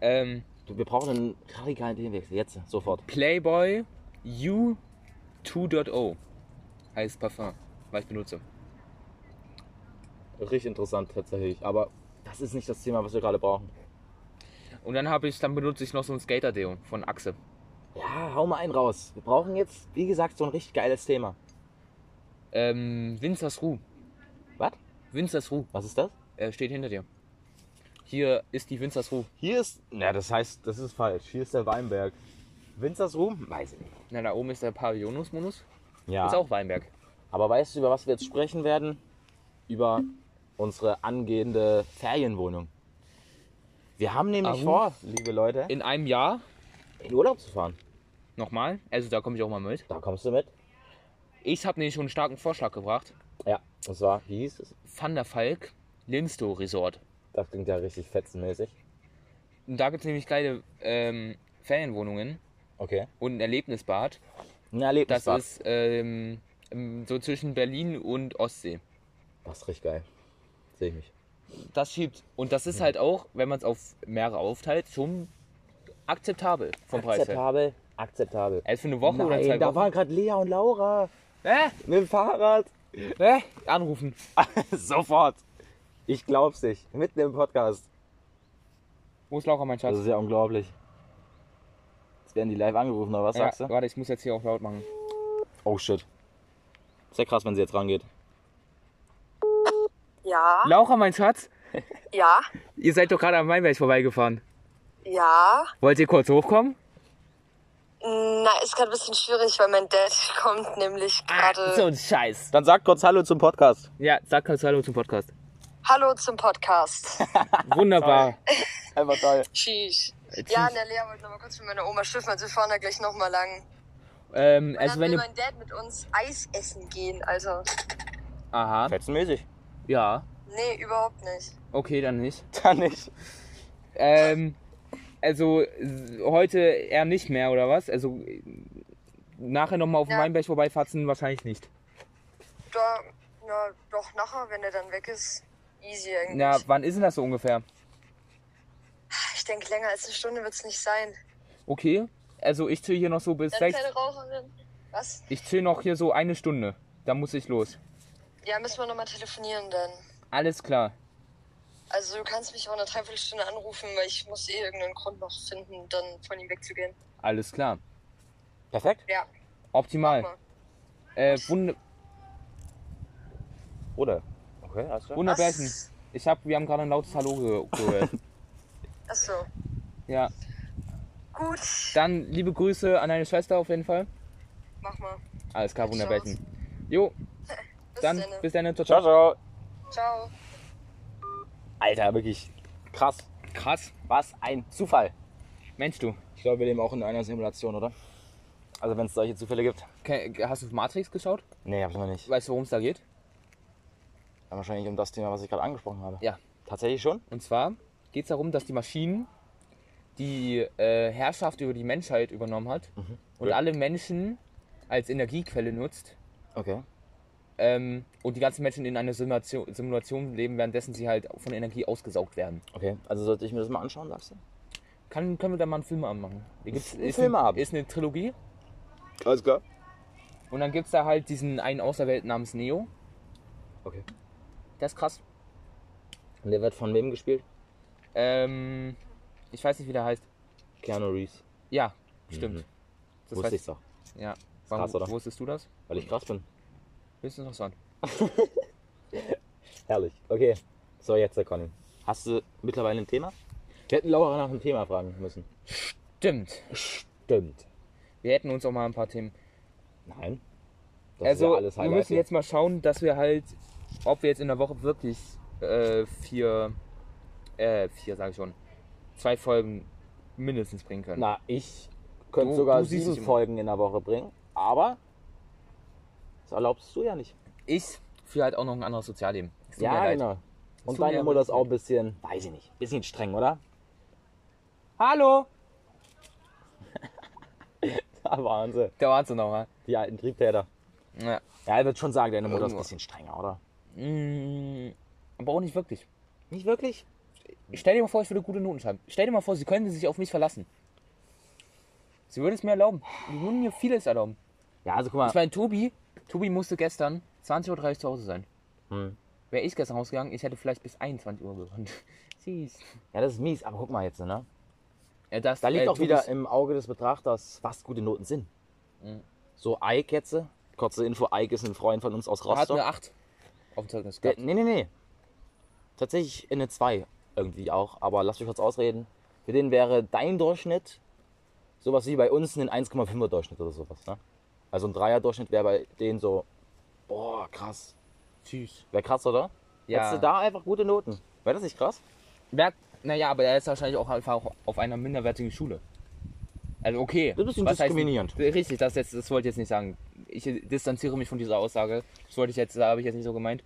Ähm, Du, wir brauchen einen radikalen Themenwechsel. Jetzt, sofort. Playboy U 2.0 heißt Parfum, was ich benutze. Richtig interessant tatsächlich. Aber das ist nicht das Thema, was wir gerade brauchen. Und dann habe ich, dann benutze ich noch so ein Skater-Deo von Axe. Ja, hau mal einen raus. Wir brauchen jetzt, wie gesagt, so ein richtig geiles Thema. Ähm, Winzers Ruh. Was? Winzers Ruh Was ist das? äh, steht hinter dir. Hier ist die Winzers Ruh. Hier ist. Na, das heißt, das ist falsch. Hier ist der Weinberg. Winzers Ruhm? Weiß ich nicht. Na, da oben ist der Pavillonus Monus. Ja. Ist auch Weinberg. Aber weißt du, über was wir jetzt sprechen werden? Über unsere angehende Ferienwohnung. Wir haben nämlich Ahu. vor, liebe Leute, In einem Jahr, in Urlaub zu fahren. nochmal, also da komme ich auch mal mit. Da kommst du mit. Ich habe nämlich schon einen starken Vorschlag gebracht. Ja. Und zwar, wie hieß es? Van der Falk Linstow Resort. Das klingt ja richtig fetzenmäßig. Und da gibt es nämlich geile ähm, Ferienwohnungen Okay. und ein Erlebnisbad. Ein Das Erlebnisbad. ist ähm, ähm, so zwischen Berlin und Ostsee. Das ist richtig geil. Sehe ich mich. Das schiebt. Und das ist halt auch, wenn man es auf mehrere aufteilt, schon akzeptabel vom Preis her. Akzeptabel. Akzeptabel. Also für eine Woche oder zwei Nein, da Wochen. waren gerade Lea und Laura Äh, mit dem Fahrrad. äh, anrufen. Sofort. Ich glaub's nicht. Mitten im Podcast. Wo ist Laura, mein Schatz? Das ist ja unglaublich. Jetzt werden die live angerufen, oder was ja, sagst du? warte, ich muss jetzt hier auch laut machen. Oh shit. Ist ja krass, wenn sie jetzt rangeht. Ja, Laura, mein Schatz, ja, ihr seid doch gerade am Weinberg vorbeigefahren. ja. Wollt ihr kurz hochkommen? Na, ist gerade ein bisschen schwierig, weil mein Dad kommt nämlich gerade. Ah, So ein Scheiß. Dann sag kurz Hallo zum Podcast. Ja, sag kurz Hallo zum Podcast. Hallo zum Podcast. Wunderbar. Äh, Einfach toll. Tschüss. tschüss. Ja, ne- in der Lea wollte noch mal kurz mit meiner Oma schiffen, also wir fahren da gleich nochmal lang. ähm, Also also dann wenn will ihr... mein Dad mit uns Eis essen gehen, also. Aha, Fetzenmäßig. ja. Nee, überhaupt nicht. Okay, dann nicht. Dann nicht. Ähm, also s- heute eher nicht mehr, oder was? Also äh, nachher nochmal auf dem Ja. Weinberg vorbeifatzen, wahrscheinlich nicht. Da, na, doch nachher, wenn er dann weg ist. Easy eigentlich. Na, wann ist denn das so ungefähr? Ich denke, länger als eine Stunde wird es nicht sein. Okay, also ich chill hier noch so bis Dann sechs. kleine Raucherin. Was? Ich chill noch hier so eine Stunde. Dann muss ich los. Ja, müssen wir nochmal telefonieren dann. Alles klar. Also du kannst mich auch in einer Dreiviertelstunde anrufen, weil ich muss eh irgendeinen Grund noch finden, dann von ihm wegzugehen. Alles klar. Perfekt. Ja, Optimal. mach mal. Äh, wund Oder? Okay, alles klar. wunderbärchen. Ich hab, wir haben gerade ein lautes Hallo ge gehört. Achso. ja. Gut, Dann liebe Grüße an deine Schwester auf jeden Fall. mach mal. Alles klar, Ciao. wunderbärchen. Jo, Bis dann dann. bis dann. Ciao, Ciao, ciao. ciao. Ciao. Alter, wirklich krass. Krass. Was ein Zufall. Mensch, du. Ich glaube, wir leben auch in einer Simulation, oder? Also, wenn es solche Zufälle gibt. Ke- Hast du Matrix geschaut? Nee, hab ich noch nicht. Weißt du, worum es da geht? Dann wahrscheinlich um das Thema, was ich gerade angesprochen habe. Ja. Tatsächlich schon? Und zwar geht es darum, dass die Maschinen die äh, Herrschaft über die Menschheit übernommen hat Mhm. und alle Menschen als Energiequelle nutzt Okay. ähm, und die ganzen Menschen in einer Simulation, Simulation leben, währenddessen sie halt von Energie ausgesaugt werden. Okay. Also, sollte ich mir das mal anschauen, sagst du? Kann, können wir da mal einen Film anmachen? Da gibt's, Einen ist, Film eine, haben. ist eine Trilogie Alles klar. und dann gibt es da halt diesen einen Auserwählten namens Neo. Okay. Der ist krass. Und der wird von wem gespielt? Ähm, ich weiß nicht, wie der heißt. Keanu Reeves. Ja, stimmt. Das Mhm. Wusste weiß ich doch. ich. Ja. Warum, krass, oder? Wusstest du das? Weil ich krass bin. Höchst interessant. Herrlich. Okay. So, jetzt, der Conny. Hast du mittlerweile ein Thema? Wir hätten Laura nach einem Thema fragen müssen. Stimmt. Stimmt. Wir hätten uns auch mal ein paar Themen. Nein. also, wir halber müssen Erzähl. jetzt mal schauen, dass wir halt, ob wir jetzt in der Woche wirklich äh, vier, äh, vier sage ich schon, zwei Folgen mindestens bringen können. Na, ich könnte Du- sogar du siehst sieben dich immer. Folgen in der Woche bringen, aber das erlaubst du ja nicht. Ich führe halt auch noch ein anderes Sozialleben. Es tut mir ja, leid. genau. Und tut mir deine aber Mutter ist leid. auch ein bisschen, weiß ich nicht, bisschen streng, oder? Hallo! Da waren sie, Da waren sie nochmal. die alten Triebtäter. Ja. Ja, er wird schon sagen, deine Mutter ist ein Irgendwo. bisschen strenger, oder? Mm, aber auch nicht wirklich. Nicht wirklich? Stell dir mal vor, ich würde gute Noten schreiben. Stell dir mal vor, sie könnte sich auf mich verlassen. Sie würde es mir erlauben. Sie würden mir vieles erlauben. Ja, also guck mal, Ich meine, Tobi, Tobi musste gestern 20.30 Uhr zu Hause sein. Hm. Wäre ich gestern rausgegangen, ich hätte vielleicht bis 21 Uhr gewonnen. Süß. ja, das ist mies, aber guck mal jetzt, ne? Ja, das, Da liegt äh, auch wieder Tobis- im Auge des Betrachters, was gute Noten sind. Mhm. So, Ike jetzt, kurze Info, Ike ist ein Freund von uns aus Er hat Rostock. eine 8 auf dem Zeugnis Der, gehabt. nee, nee, nee. Tatsächlich eine 2 irgendwie auch, aber lasst euch kurz ausreden. Für den wäre dein Durchschnitt sowas wie bei uns ein 1,5er Durchschnitt oder sowas. Ne? Also ein 3er Durchschnitt wäre bei denen so, boah, krass. Süß. Wäre krass, oder? Ja. Hättest du da einfach gute Noten. Wäre das nicht krass? Wer, naja, aber er ist wahrscheinlich auch einfach auch auf einer minderwertigen Schule. Also okay. Das ist ein bisschen heißt- diskriminierend. richtig, das, jetzt, das wollte ich jetzt nicht sagen. Ich distanziere mich von dieser Aussage. Das wollte ich jetzt, da habe ich jetzt nicht so gemeint.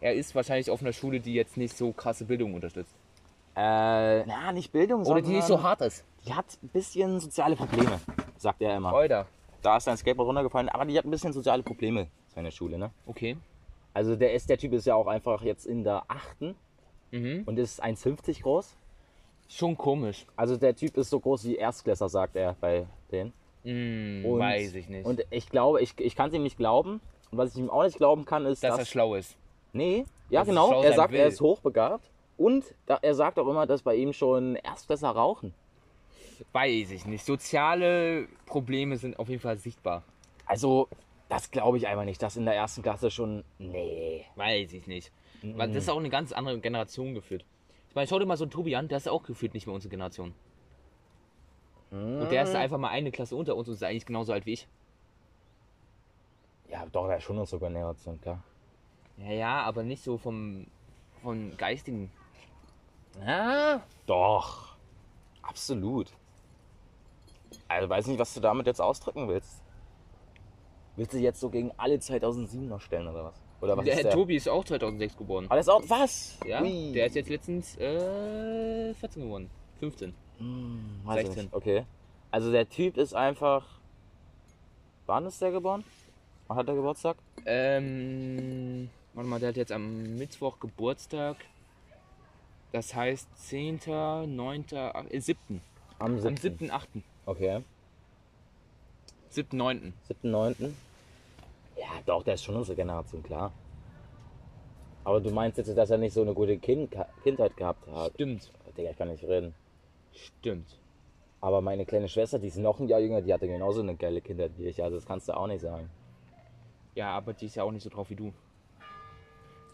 Er ist wahrscheinlich auf einer Schule, die jetzt nicht so krasse Bildung unterstützt. Äh, na, nicht Bildung, Oder sondern die nicht so hart ist. die hat ein bisschen soziale Probleme, sagt er immer. Alter. Da ist dein Skateboard runtergefallen, aber die hat ein bisschen soziale Probleme, seine Schule, ne? Okay. Also der ist, der Typ ist ja auch einfach jetzt in der achten Mhm. und ist 1,50 groß. Schon komisch. Also der Typ ist so groß wie Erstklässer, sagt er bei denen. Hm, Und- weiß ich nicht. Und ich glaube, ich, ich kann es ihm nicht glauben. Und was ich ihm auch nicht glauben kann, ist, dass dass... er schlau ist. nee, ja dass er genau, schlau er sein sagt, er will. ist hochbegabt. Und da, er sagt auch immer, dass bei ihm schon Erstklässer rauchen. Weiß ich nicht. Soziale Probleme sind auf jeden Fall sichtbar. Also, das glaube ich einfach nicht, dass in der ersten Klasse schon... Nee. Weiß ich nicht. Mhm. Weil Das ist auch eine ganz andere Generation geführt. Ich meine, schau dir mal so einen Tobi an, der ist auch gefühlt nicht mehr unsere Generation. Und der Mhm. ist einfach mal eine Klasse unter uns und ist eigentlich genauso alt wie ich. Ja, doch, er ist schon unsere Generation, klar. Ja, ja, aber nicht so vom, vom geistigen. Doch. Absolut. Also weiß nicht, was du damit jetzt ausdrücken willst. Willst du jetzt so gegen alle 2007er stellen oder was? Oder was Der ist der? Tobi ist auch 2006 geboren. Alles auch was? Ja, Ui. der ist jetzt letztens äh, 14 geworden. 15. Hm, weiß ich 16. Nicht. Okay. Also der Typ ist einfach. Wann ist der geboren? Wann hat er Geburtstag? Ähm, warte mal, der hat jetzt am Mittwoch Geburtstag. Das heißt 10., 9., 8, äh, 7. Am Am 7. 7., 8. Okay. 7., 9. 7.9. Ja, doch, der ist schon unsere Generation, klar. Aber du meinst jetzt, dass er nicht so eine gute kind Kindheit gehabt hat? Stimmt, Digga, ich kann nicht reden. stimmt. Aber meine kleine Schwester, die ist noch ein Jahr jünger, die hatte genauso eine geile Kindheit wie ich. Also das kannst du auch nicht sagen. Ja, aber die ist ja auch nicht so drauf wie du.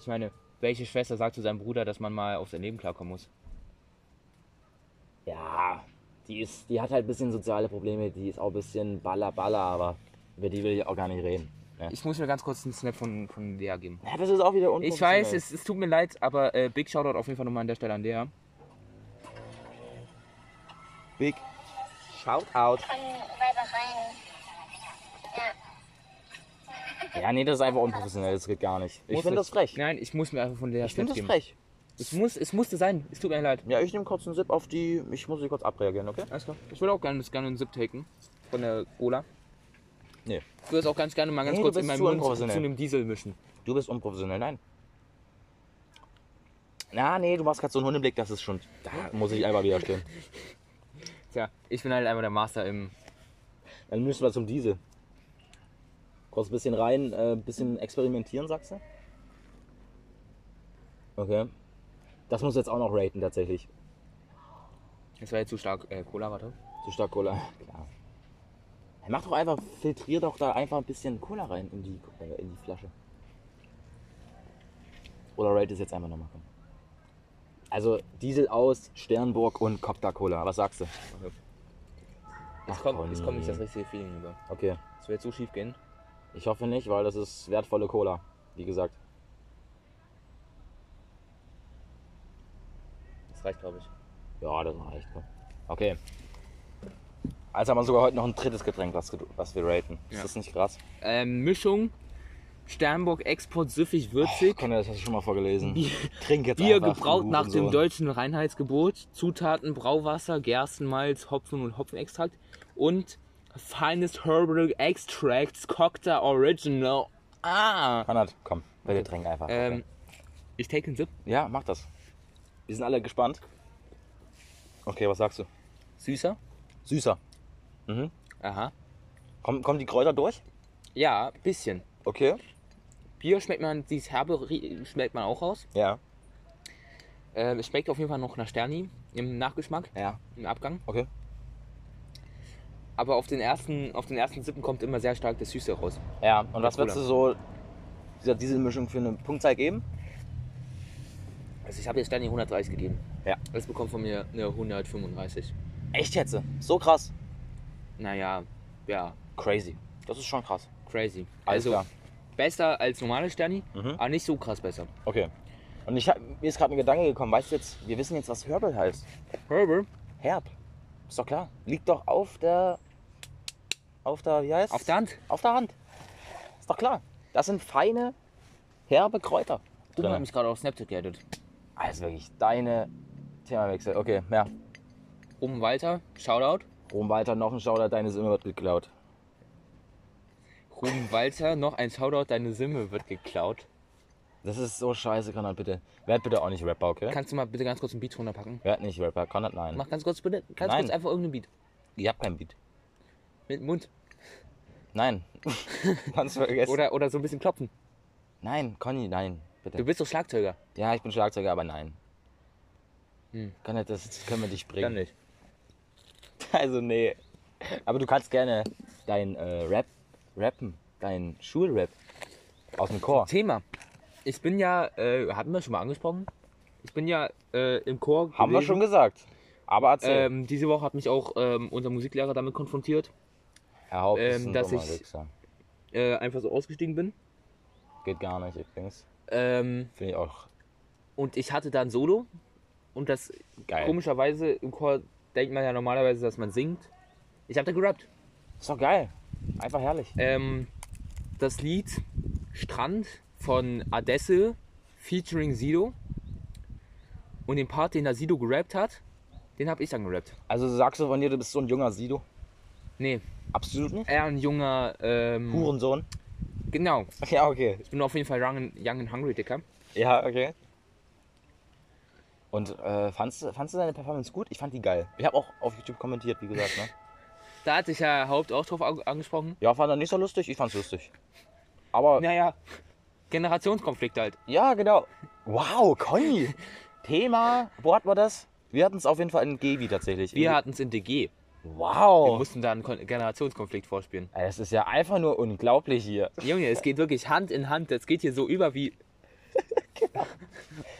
Ich meine, welche Schwester sagt zu seinem Bruder, dass man mal auf sein Leben klarkommen muss? Ja, die, ist, die hat halt ein bisschen soziale Probleme, die ist auch ein bisschen baller baller, aber über die will ich auch gar nicht reden. Ja, Ich muss mir ganz kurz einen Snap von, von Lea geben. ja das ist auch wieder Ich weiß, unprofessionell. es, es tut mir leid, aber äh, Big Shoutout auf jeden Fall nochmal an der Stelle an Lea. Big Shoutout. von Weibereien. Ja, nee, das ist einfach unprofessionell, das geht gar nicht. Ich Muss finde es- das ne, frech. Nein, ich muss mir einfach von Lea ich finde Snaps das frech. geben. Es, muss, es musste sein, es tut mir leid. Ja, ich nehme kurz einen Sip auf die. Ich muss sie kurz abreagieren, okay? Alles klar. Ich würde auch gerne, gerne einen Sip taken. Von der Cola. Nee. Ich würde es auch ganz gerne mal ganz Nee, kurz du in bist meinem zu Mund zu unprofessionell. einem Diesel mischen. Du bist unprofessionell, nein. Na, nee, du machst gerade so einen Hundeblick, das ist schon. Da muss ich einfach widerstehen. Tja, ich bin halt einfach der Master im. Dann müssen wir zum Diesel. Kurz ein bisschen rein, äh, ein bisschen experimentieren, sagst du? Okay. Das muss jetzt auch noch raten, tatsächlich. Das war jetzt zu stark. Äh, Cola, warte. Zu stark Cola. Klar. Mach doch einfach, filtrier doch da einfach ein bisschen Cola rein in die, äh, in die Flasche. Oder rate es jetzt einfach nochmal. komm. Also Diesel aus, Sternburg und Cocktail Cola. Was sagst du? Es Ach, kommt, es Conny. kommt nicht das richtige Feeling über. Okay. Es wird jetzt so schief gehen. Ich hoffe nicht, weil das ist wertvolle Cola. Wie gesagt. Das reicht, glaube ich. Ja, das reicht. komm. Okay. Also haben wir sogar heute noch ein drittes Getränk, was, gedu- was wir raten. Ja. Ist das nicht krass? Ähm, Mischung. Sternburg Export süffig würzig. Conny, das hast du schon mal vorgelesen. Bier- Trink jetzt Bier einfach, du gebraut nach dem Hurensohn. deutschen Reinheitsgebot. Zutaten Brauwasser, Gerstenmalz, Hopfen und Hopfenextrakt. Und Finest Herbal Extracts Cocktail Original. Ah! Konrad, komm, bitte trink einfach. Ähm, ich take einen Sip. Ja, mach das. Wir sind alle gespannt. Okay, was sagst du? Süßer? Süßer. Aha. Komm, kommen die Kräuter durch? Ja, bisschen. Okay. Bier schmeckt man, dieses Herbe rie- schmeckt man auch raus. Ja. Äh, es schmeckt auf jeden Fall noch nach Sterni im Nachgeschmack, Ja. im Abgang. Okay. Aber auf den ersten, auf den ersten Sippen kommt immer sehr stark das Süße raus. Ja, und was Cola. würdest du so dieser Dieselmischung für eine Punktzahl geben? Also ich habe jetzt Sterni 130 gegeben. Ja. Das bekommt von mir eine 135. Echt jetzt? So krass. Naja, ja, Crazy. Das ist schon krass. crazy. Alles also klar. besser als normale Sterni, Mhm. aber nicht so krass besser. Okay. Und ich hab, mir ist gerade ein Gedanke gekommen, weißt du jetzt, wir wissen jetzt, was Herbal heißt. Herbal Herb. Ist doch klar. Liegt doch auf der. Auf der, wie heißt auf der Hand. Auf der Hand. Ist doch klar. Das sind feine, herbe Kräuter. Du drinne. hast mich gerade auf Snapchat gerettet. Also wirklich, deine Themawechsel. Okay, ja. Oben Walter, Shoutout. Rom weiter, noch ein Schauder, deine Simme wird geklaut. Ruben Walter, noch ein Shoutout, deine Simme wird geklaut. Das ist so scheiße, Konrad, bitte. Werd bitte auch nicht Rapper, okay? Kannst du mal bitte ganz kurz einen Beat runterpacken? Werd nicht Rapper, Konrad, nein. Mach ganz kurz bitte, ganz Nein. kurz einfach irgendeinen Beat. Ich hab kein Beat. Mit dem Mund. Nein. Kannst du vergessen. Oder, oder so ein bisschen klopfen. Nein, Conny, nein, Du bitte. bist doch Schlagzeuger. Ja, ich bin Schlagzeuger, aber nein. Hm. Konrad, das können wir dich Dann bringen. nicht. Also, nee. Aber du kannst gerne dein äh, Rap rappen, dein Schulrap aus dem Chor. Thema. Ich bin ja, äh, hatten wir schon mal angesprochen? Ich bin ja äh, im Chor. Haben wir gewesen. schon gesagt. Aber erzähl. Ähm, diese Woche hat mich auch ähm, unser Musiklehrer damit konfrontiert, Herr Haupt ist ähm, ein dass dummer ich- Wichser. äh, einfach so ausgestiegen bin. Geht gar nicht übrigens. Ähm, Finde ich auch und ich hatte dann Solo. Und das geil. komischerweise im Chor denkt man ja normalerweise, dass man singt. Ich habe da gerappt. Ist doch geil. Einfach herrlich. Ähm, das Lied Strand von Adesse featuring Sido und den Part, den da Sido gerappt hat, Den habe ich dann gerappt. Also sagst du von dir, du bist so ein junger Sido? Nee, Absolut nicht. eher ein junger. Ähm, Hurensohn. Genau. Ja, okay. Ich bin auf jeden Fall young, and- young and hungry, Dicker. Ja, okay. Und äh, fandst, du- fandst du deine Performance gut? Ich fand die geil. Ich habe auch auf YouTube kommentiert, wie gesagt. Ne? Da hat sich ja Haupt auch drauf au- angesprochen. Ja, fand er nicht so lustig. Ich fand's lustig. Aber Naja, Generationskonflikt halt. ja, genau. Wow, Conny. Thema, wo hatten wir das? Wir hatten es auf jeden Fall in Gevi tatsächlich. Wir hatten es in DG. Wir Wow. mussten da einen Kon- Generationskonflikt vorspielen. Ey, Das ist ja einfach nur unglaublich hier. Junge, es geht wirklich Hand in Hand. Das geht hier so über wie.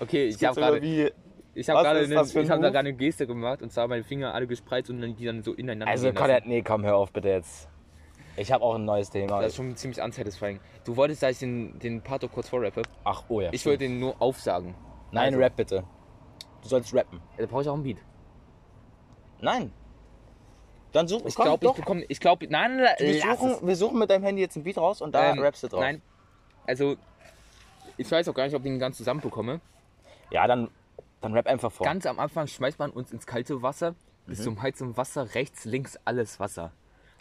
Okay, ich habe gerade wie, ich hab was gerade ist eine, das für ein ich hab da Move? gerade eine Geste gemacht und zwar meine Finger alle gespreizt und dann die dann so ineinander. also, gehen lassen. Conrad, nee, komm, hör auf bitte jetzt. Ich habe auch ein neues Thema. das ist schon ziemlich unsatisfying. Du wolltest, dass ich den, den Part doch kurz vorrappe. Ach, oh ja. Ich wollte den nur aufsagen. Nein, also- rap bitte. Du sollst rappen. Da brauche ich auch einen Beat. Nein. Dann such Ich komm, glaube, ich doch. bekomme. Ich glaube, nein, la- wir, lass es. suchen, wir suchen mit deinem Handy jetzt ein Beat raus und da Ähm, rappst du drauf. Nein, also ich weiß auch gar nicht, ob ich den ganz zusammen bekomme. Ja, dann, dann rap einfach vor. Ganz am Anfang schmeißt man uns ins kalte Wasser, bis zum heizen Wasser, rechts, links, alles Wasser.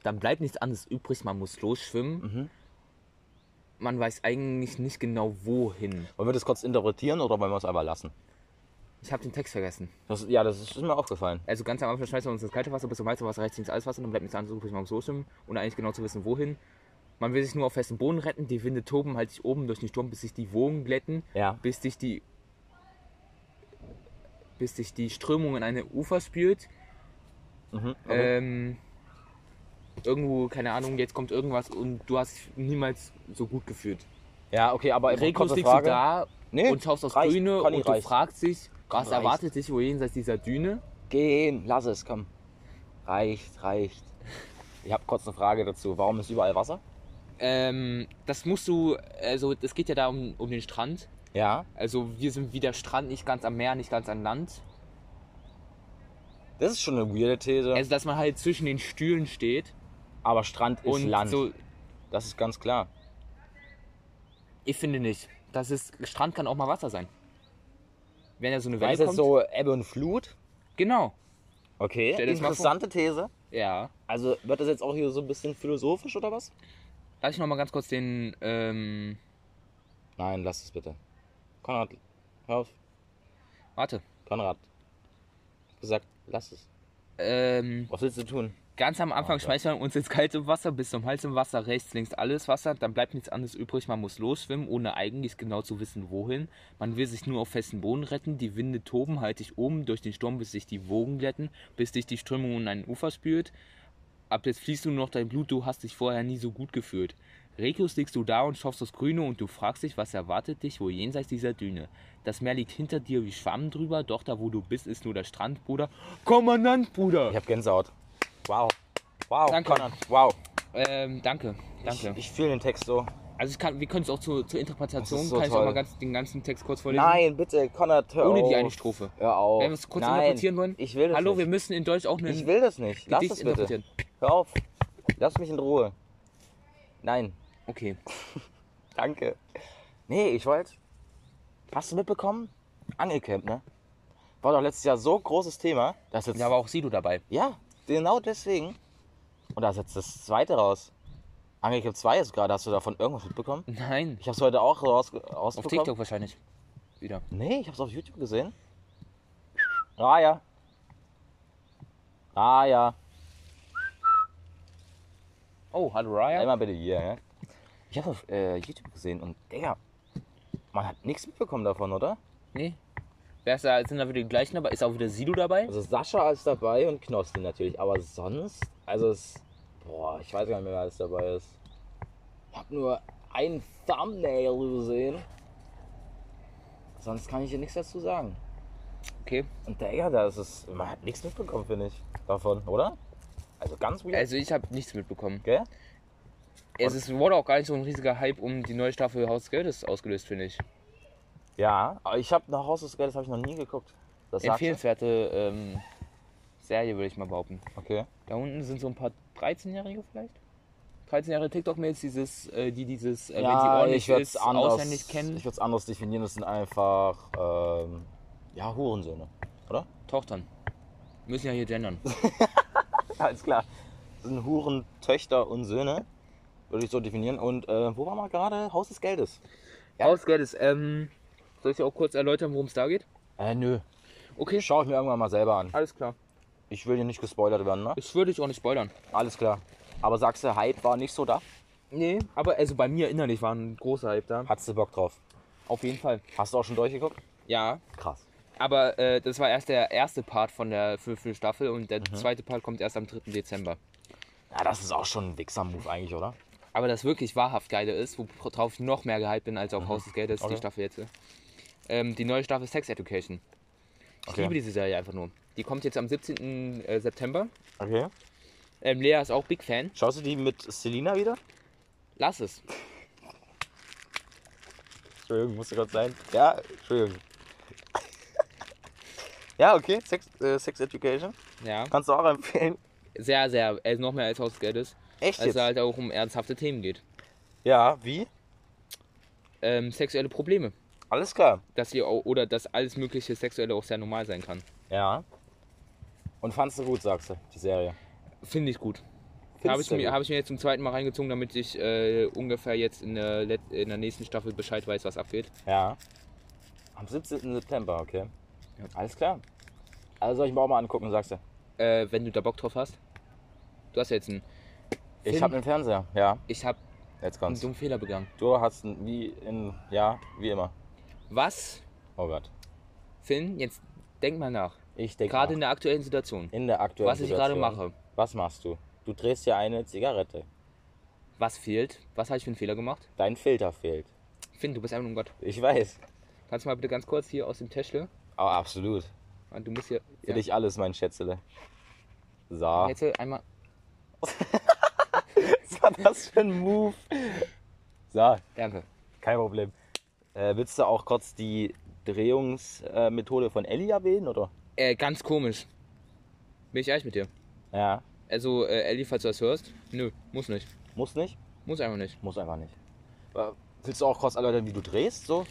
Dann bleibt nichts anderes übrig, man muss losschwimmen. Man weiß eigentlich nicht genau wohin. Wollen wir das kurz interpretieren oder wollen wir es aber lassen? Ich habe den Text vergessen. Das, ja, das ist, ist mir aufgefallen. Also ganz am Anfang schmeißt man uns ins kalte Wasser, bis um zum heizen Wasser, rechts, links, alles Wasser. Dann bleibt nichts anderes übrig, man muss losschwimmen, ohne eigentlich genau zu wissen, wohin. Man will sich nur auf festen Boden retten, die Winde toben, halt sich oben durch den Sturm, bis sich die Wogen glätten. Ja. bis dich die bis dich die Strömung in eine Ufer spült. Mhm, Ähm, irgendwo, keine Ahnung, jetzt kommt irgendwas und du hast dich niemals so gut gefühlt. Ja, okay, aber einfach Reglos kurze liegst du Äh, Frage. da Nee, und schaust aufs reicht. Grüne Conny, und du reicht. fragst dich, was Reicht. erwartet dich wohl jenseits dieser Düne? Gehen, lass es, komm. Reicht, reicht. Ich habe kurz eine Frage dazu. Warum ist überall Wasser? Ähm, das musst du, also es geht ja da um, um den Strand. Ja. Also wir sind wieder Strand, nicht ganz am Meer, nicht ganz am Land. Das ist schon eine weirde These. Also dass man halt zwischen den Stühlen steht aber Strand ist und Land. so Das ist ganz klar. Ich finde nicht. Das ist, Strand kann auch mal Wasser sein. Wenn ja so eine Weil Welle es jetzt kommt. so Ebbe und Flut. genau. Okay, Stell dir das mal vor. interessante These. Ja. Also wird das jetzt auch hier so ein bisschen philosophisch oder was? Lass ich noch mal ganz kurz den, ähm, Nein, lass es bitte. Konrad, hör auf. warte. Konrad. Ich hab gesagt, lass es. Ähm, Was willst du tun? ganz am Anfang Warte. schmeißt man uns ins kalte Wasser, bis zum Hals im Wasser, rechts, links alles Wasser. Dann bleibt nichts anderes übrig. Man muss losschwimmen, ohne eigentlich genau zu wissen, wohin. Man will sich nur auf festen Boden retten. Die Winde toben, halte ich oben durch den Sturm, bis sich die Wogen glätten, bis dich die Strömung in ein Ufer spült. Ab jetzt fließt du nur noch dein Blut, du hast dich vorher nie so gut gefühlt. Reglos liegst du da und schaust aufs Grüne und du fragst dich, was erwartet dich wohl jenseits dieser Düne. Das Meer liegt hinter dir wie Schwamm drüber, doch da wo du bist, ist nur der Strand, Bruder. Kommandant, Bruder! Ich hab Gänsehaut. Wow. Wow, Danke. Konrad. Wow. Ähm, danke, danke. Ich fühle den Text so. also ich kann, wir können es auch zu, zur Das Interpretation, ist so kann ich auch toll. mal ganz, den ganzen Text kurz vorlesen. Nein, bitte, Konrad, hör Ohne auf. die eine Strophe. Hör auf. Wenn wir es kurz Nein, interpretieren wollen. Ich will das Hallo, wir nicht. müssen in Deutsch auch eine Ich will das nicht. Lass Gedicht es bitte. interpretieren. Hör auf. Lass mich in Ruhe. Nein. Okay. Danke. Nee, ich wollte. Hast du mitbekommen? Angelcamp, ne? War doch letztes Jahr so großes Thema, dass jetzt. Da war auch Sido dabei. ja, genau deswegen. Und da ist jetzt das zweite raus. Angelcamp 2 ist gerade. Hast du davon irgendwas mitbekommen? Nein, Ich hab's heute auch raus, auf rausbekommen. TikTok wahrscheinlich. Wieder. Nee, ich hab's auf YouTube gesehen. Ah ja. Ah ja. Oh, hallo Raya. Einmal bitte hier, ja. Ich hab's auf äh, YouTube gesehen und Digga, man hat nichts mitbekommen davon, oder? Nee. Wer ist da? Sind da wieder die gleichen dabei? Ist auch wieder Sido dabei? Also Sascha ist dabei und Knossi natürlich, aber sonst, also es, boah, ich weiß gar nicht mehr, wer alles dabei ist. Ich habe nur ein Thumbnail gesehen. Sonst kann ich hier nichts dazu sagen. Okay. Und der ja, da ist es, man hat nichts mitbekommen, finde ich, davon, oder? Also ganz weird. Also ich habe nichts mitbekommen. gell? Es ist, wurde auch gar nicht so ein riesiger Hype um die neue Staffel Haus des Geldes ausgelöst, finde ich. Ja, aber ich habe nach Haus des Geldes habe ich noch nie geguckt. Das sagst du? Empfehlenswerte ähm, Serie, würde ich mal behaupten. Okay. Da unten sind so ein paar 13-Jährige vielleicht? 13-Jährige TikTok-Mails, dieses, äh, die dieses, äh, wenn sie Ja, ordentlich ich würde es ist, anders, auswendig kennen. ich würd's anders definieren. Das sind einfach, ähm, ja, Hurensöhne, oder? Tochtern. Müssen ja hier gendern. Alles klar. Das sind Huren, Töchter und Söhne. Würde ich so definieren. Und äh, wo war mal gerade? Haus des Geldes. Ja. ist, ähm, soll ich dir auch kurz erläutern, worum es da geht? Äh, nö. Okay. Schau ich mir irgendwann mal selber an. Alles klar. Ich will hier nicht gespoilert werden, ne? Ich würde dich auch nicht spoilern. Alles klar. Aber sagst du, Hype war nicht so da? Nee, aber also bei mir innerlich war ein großer Hype da. Hattest du Bock drauf? Auf jeden Fall. Hast du auch schon durchgeguckt? Ja, Krass. aber äh, das war erst der erste Part von der fünften Staffel und Mhm. der zweite Part kommt erst am 3. Dezember. Ja, das ist auch schon ein Wichser-Move eigentlich, oder? Aber das wirklich wahrhaft Geile ist, worauf ich noch mehr gehypt bin als auf Haus des Geldes, Mhm. Okay. die Staffel jetzt. Ähm, die neue Staffel Sex Education. Ich Okay. liebe diese Serie einfach nur. Die kommt jetzt am 17. äh, September. Okay. Ähm, Lea ist auch Big Fan. Schaust du die mit Selina wieder? Lass es. Entschuldigung, musste gerade sein. Ja, Entschuldigung. ja, okay. Sex, äh, Sex Education. Ja. Kannst du auch empfehlen. Sehr, sehr. Also noch mehr als Haus des Geldes. Echt Als jetzt? es halt auch um ernsthafte Themen geht. Ja, wie? Ähm, sexuelle Probleme. Alles klar. Dass ihr auch, oder dass alles mögliche Sexuelle auch sehr normal sein kann. Ja. Und fandst du gut, sagst du, die Serie? Finde ich gut. Findest Habe ich, du mir, gut? hab ich mir jetzt zum zweiten Mal reingezogen, damit ich äh, ungefähr jetzt in der, let- in der nächsten Staffel Bescheid weiß, was abgeht. Ja. Am 17. September, okay. Ja. Alles klar. Also soll ich mir auch mal angucken, sagst du? Äh, wenn du da Bock drauf hast. Du hast ja jetzt einen. Ich Film. habe einen Fernseher. Ja, Ich habe jetzt einen kommt's. dummen Fehler begangen. Du hast einen, wie in, ja, wie immer. Was, Oh Gott. Finn, jetzt denk mal nach. Ich denke Gerade in der aktuellen Situation. in der aktuellen Was ich gerade Situation. mache. Was machst du? Du drehst ja eine Zigarette. Was fehlt? Was habe ich für einen Fehler gemacht? Dein Filter fehlt. Finn, du bist einfach nur ein Gott. Ich weiß. Kannst du mal bitte ganz kurz hier aus dem Täschle? Oh, absolut. Ah, Du musst hier. Für ja. dich alles, mein Schätzele. So. Jetzt hier einmal. Was war das für ein Move? So, Danke. kein Problem. Äh, willst du auch kurz die Drehungsmethode von Ellie erwähnen, oder? Äh, ganz komisch. Bin ich ehrlich mit dir. Ja. Also, äh, Ellie, falls du das hörst, nö, muss nicht. Muss nicht? Muss einfach nicht. Muss einfach nicht. Äh, Willst du auch kurz erläutern, wie du drehst? So?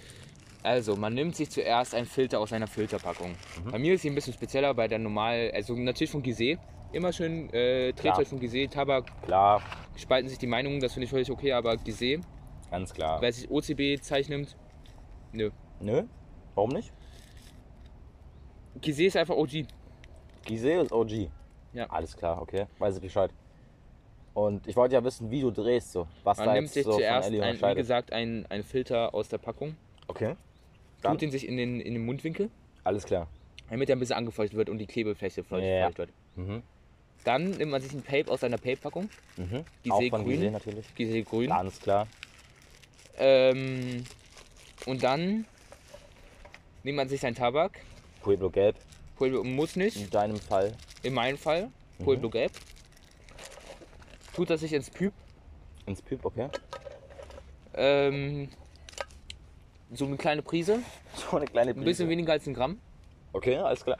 Also, man nimmt sich zuerst einen Filter aus einer Filterpackung. Mhm. Bei mir ist sie ein bisschen spezieller, bei der normal, also natürlich von Gizeh. Immer schön äh, Klar. Drehzeug von Gizeh, Tabak, Klar, spalten sich die Meinungen, das finde ich völlig okay, aber Gizeh, ganz klar. wer sich OCB zeichnet, nö. Nö? Warum nicht? Gizeh ist einfach OG. Gisele ist OG. Ja. Alles klar, okay. Weiß ich Bescheid. Und ich wollte ja wissen, wie du drehst, so. Was Man da nimmt jetzt sich so von zuerst, Ellie ein, wie unterscheidet. gesagt, einen einen Filter aus der Packung, Okay, Dann? tut ihn sich in den, in den Mundwinkel, alles klar. damit er ein bisschen angefeuchtet wird und die Klebefläche feucht Ja. feucht wird. Mhm. Dann nimmt man sich ein Pape aus einer Pape-Packung, Mhm. Auch Gisele von Gisele grün, natürlich. Gizeh grün, Ganz klar. Ähm, und dann nimmt man sich seinen Tabak. Pueblo Gelb, Pueblo muss in nicht, deinem Fall. in meinem Fall. Pueblo gelb. Tut das sich ins Püb. Ins Püb, okay. Ähm, so eine kleine Prise. So eine kleine Ein bisschen weniger als ein Gramm. Okay, alles klar.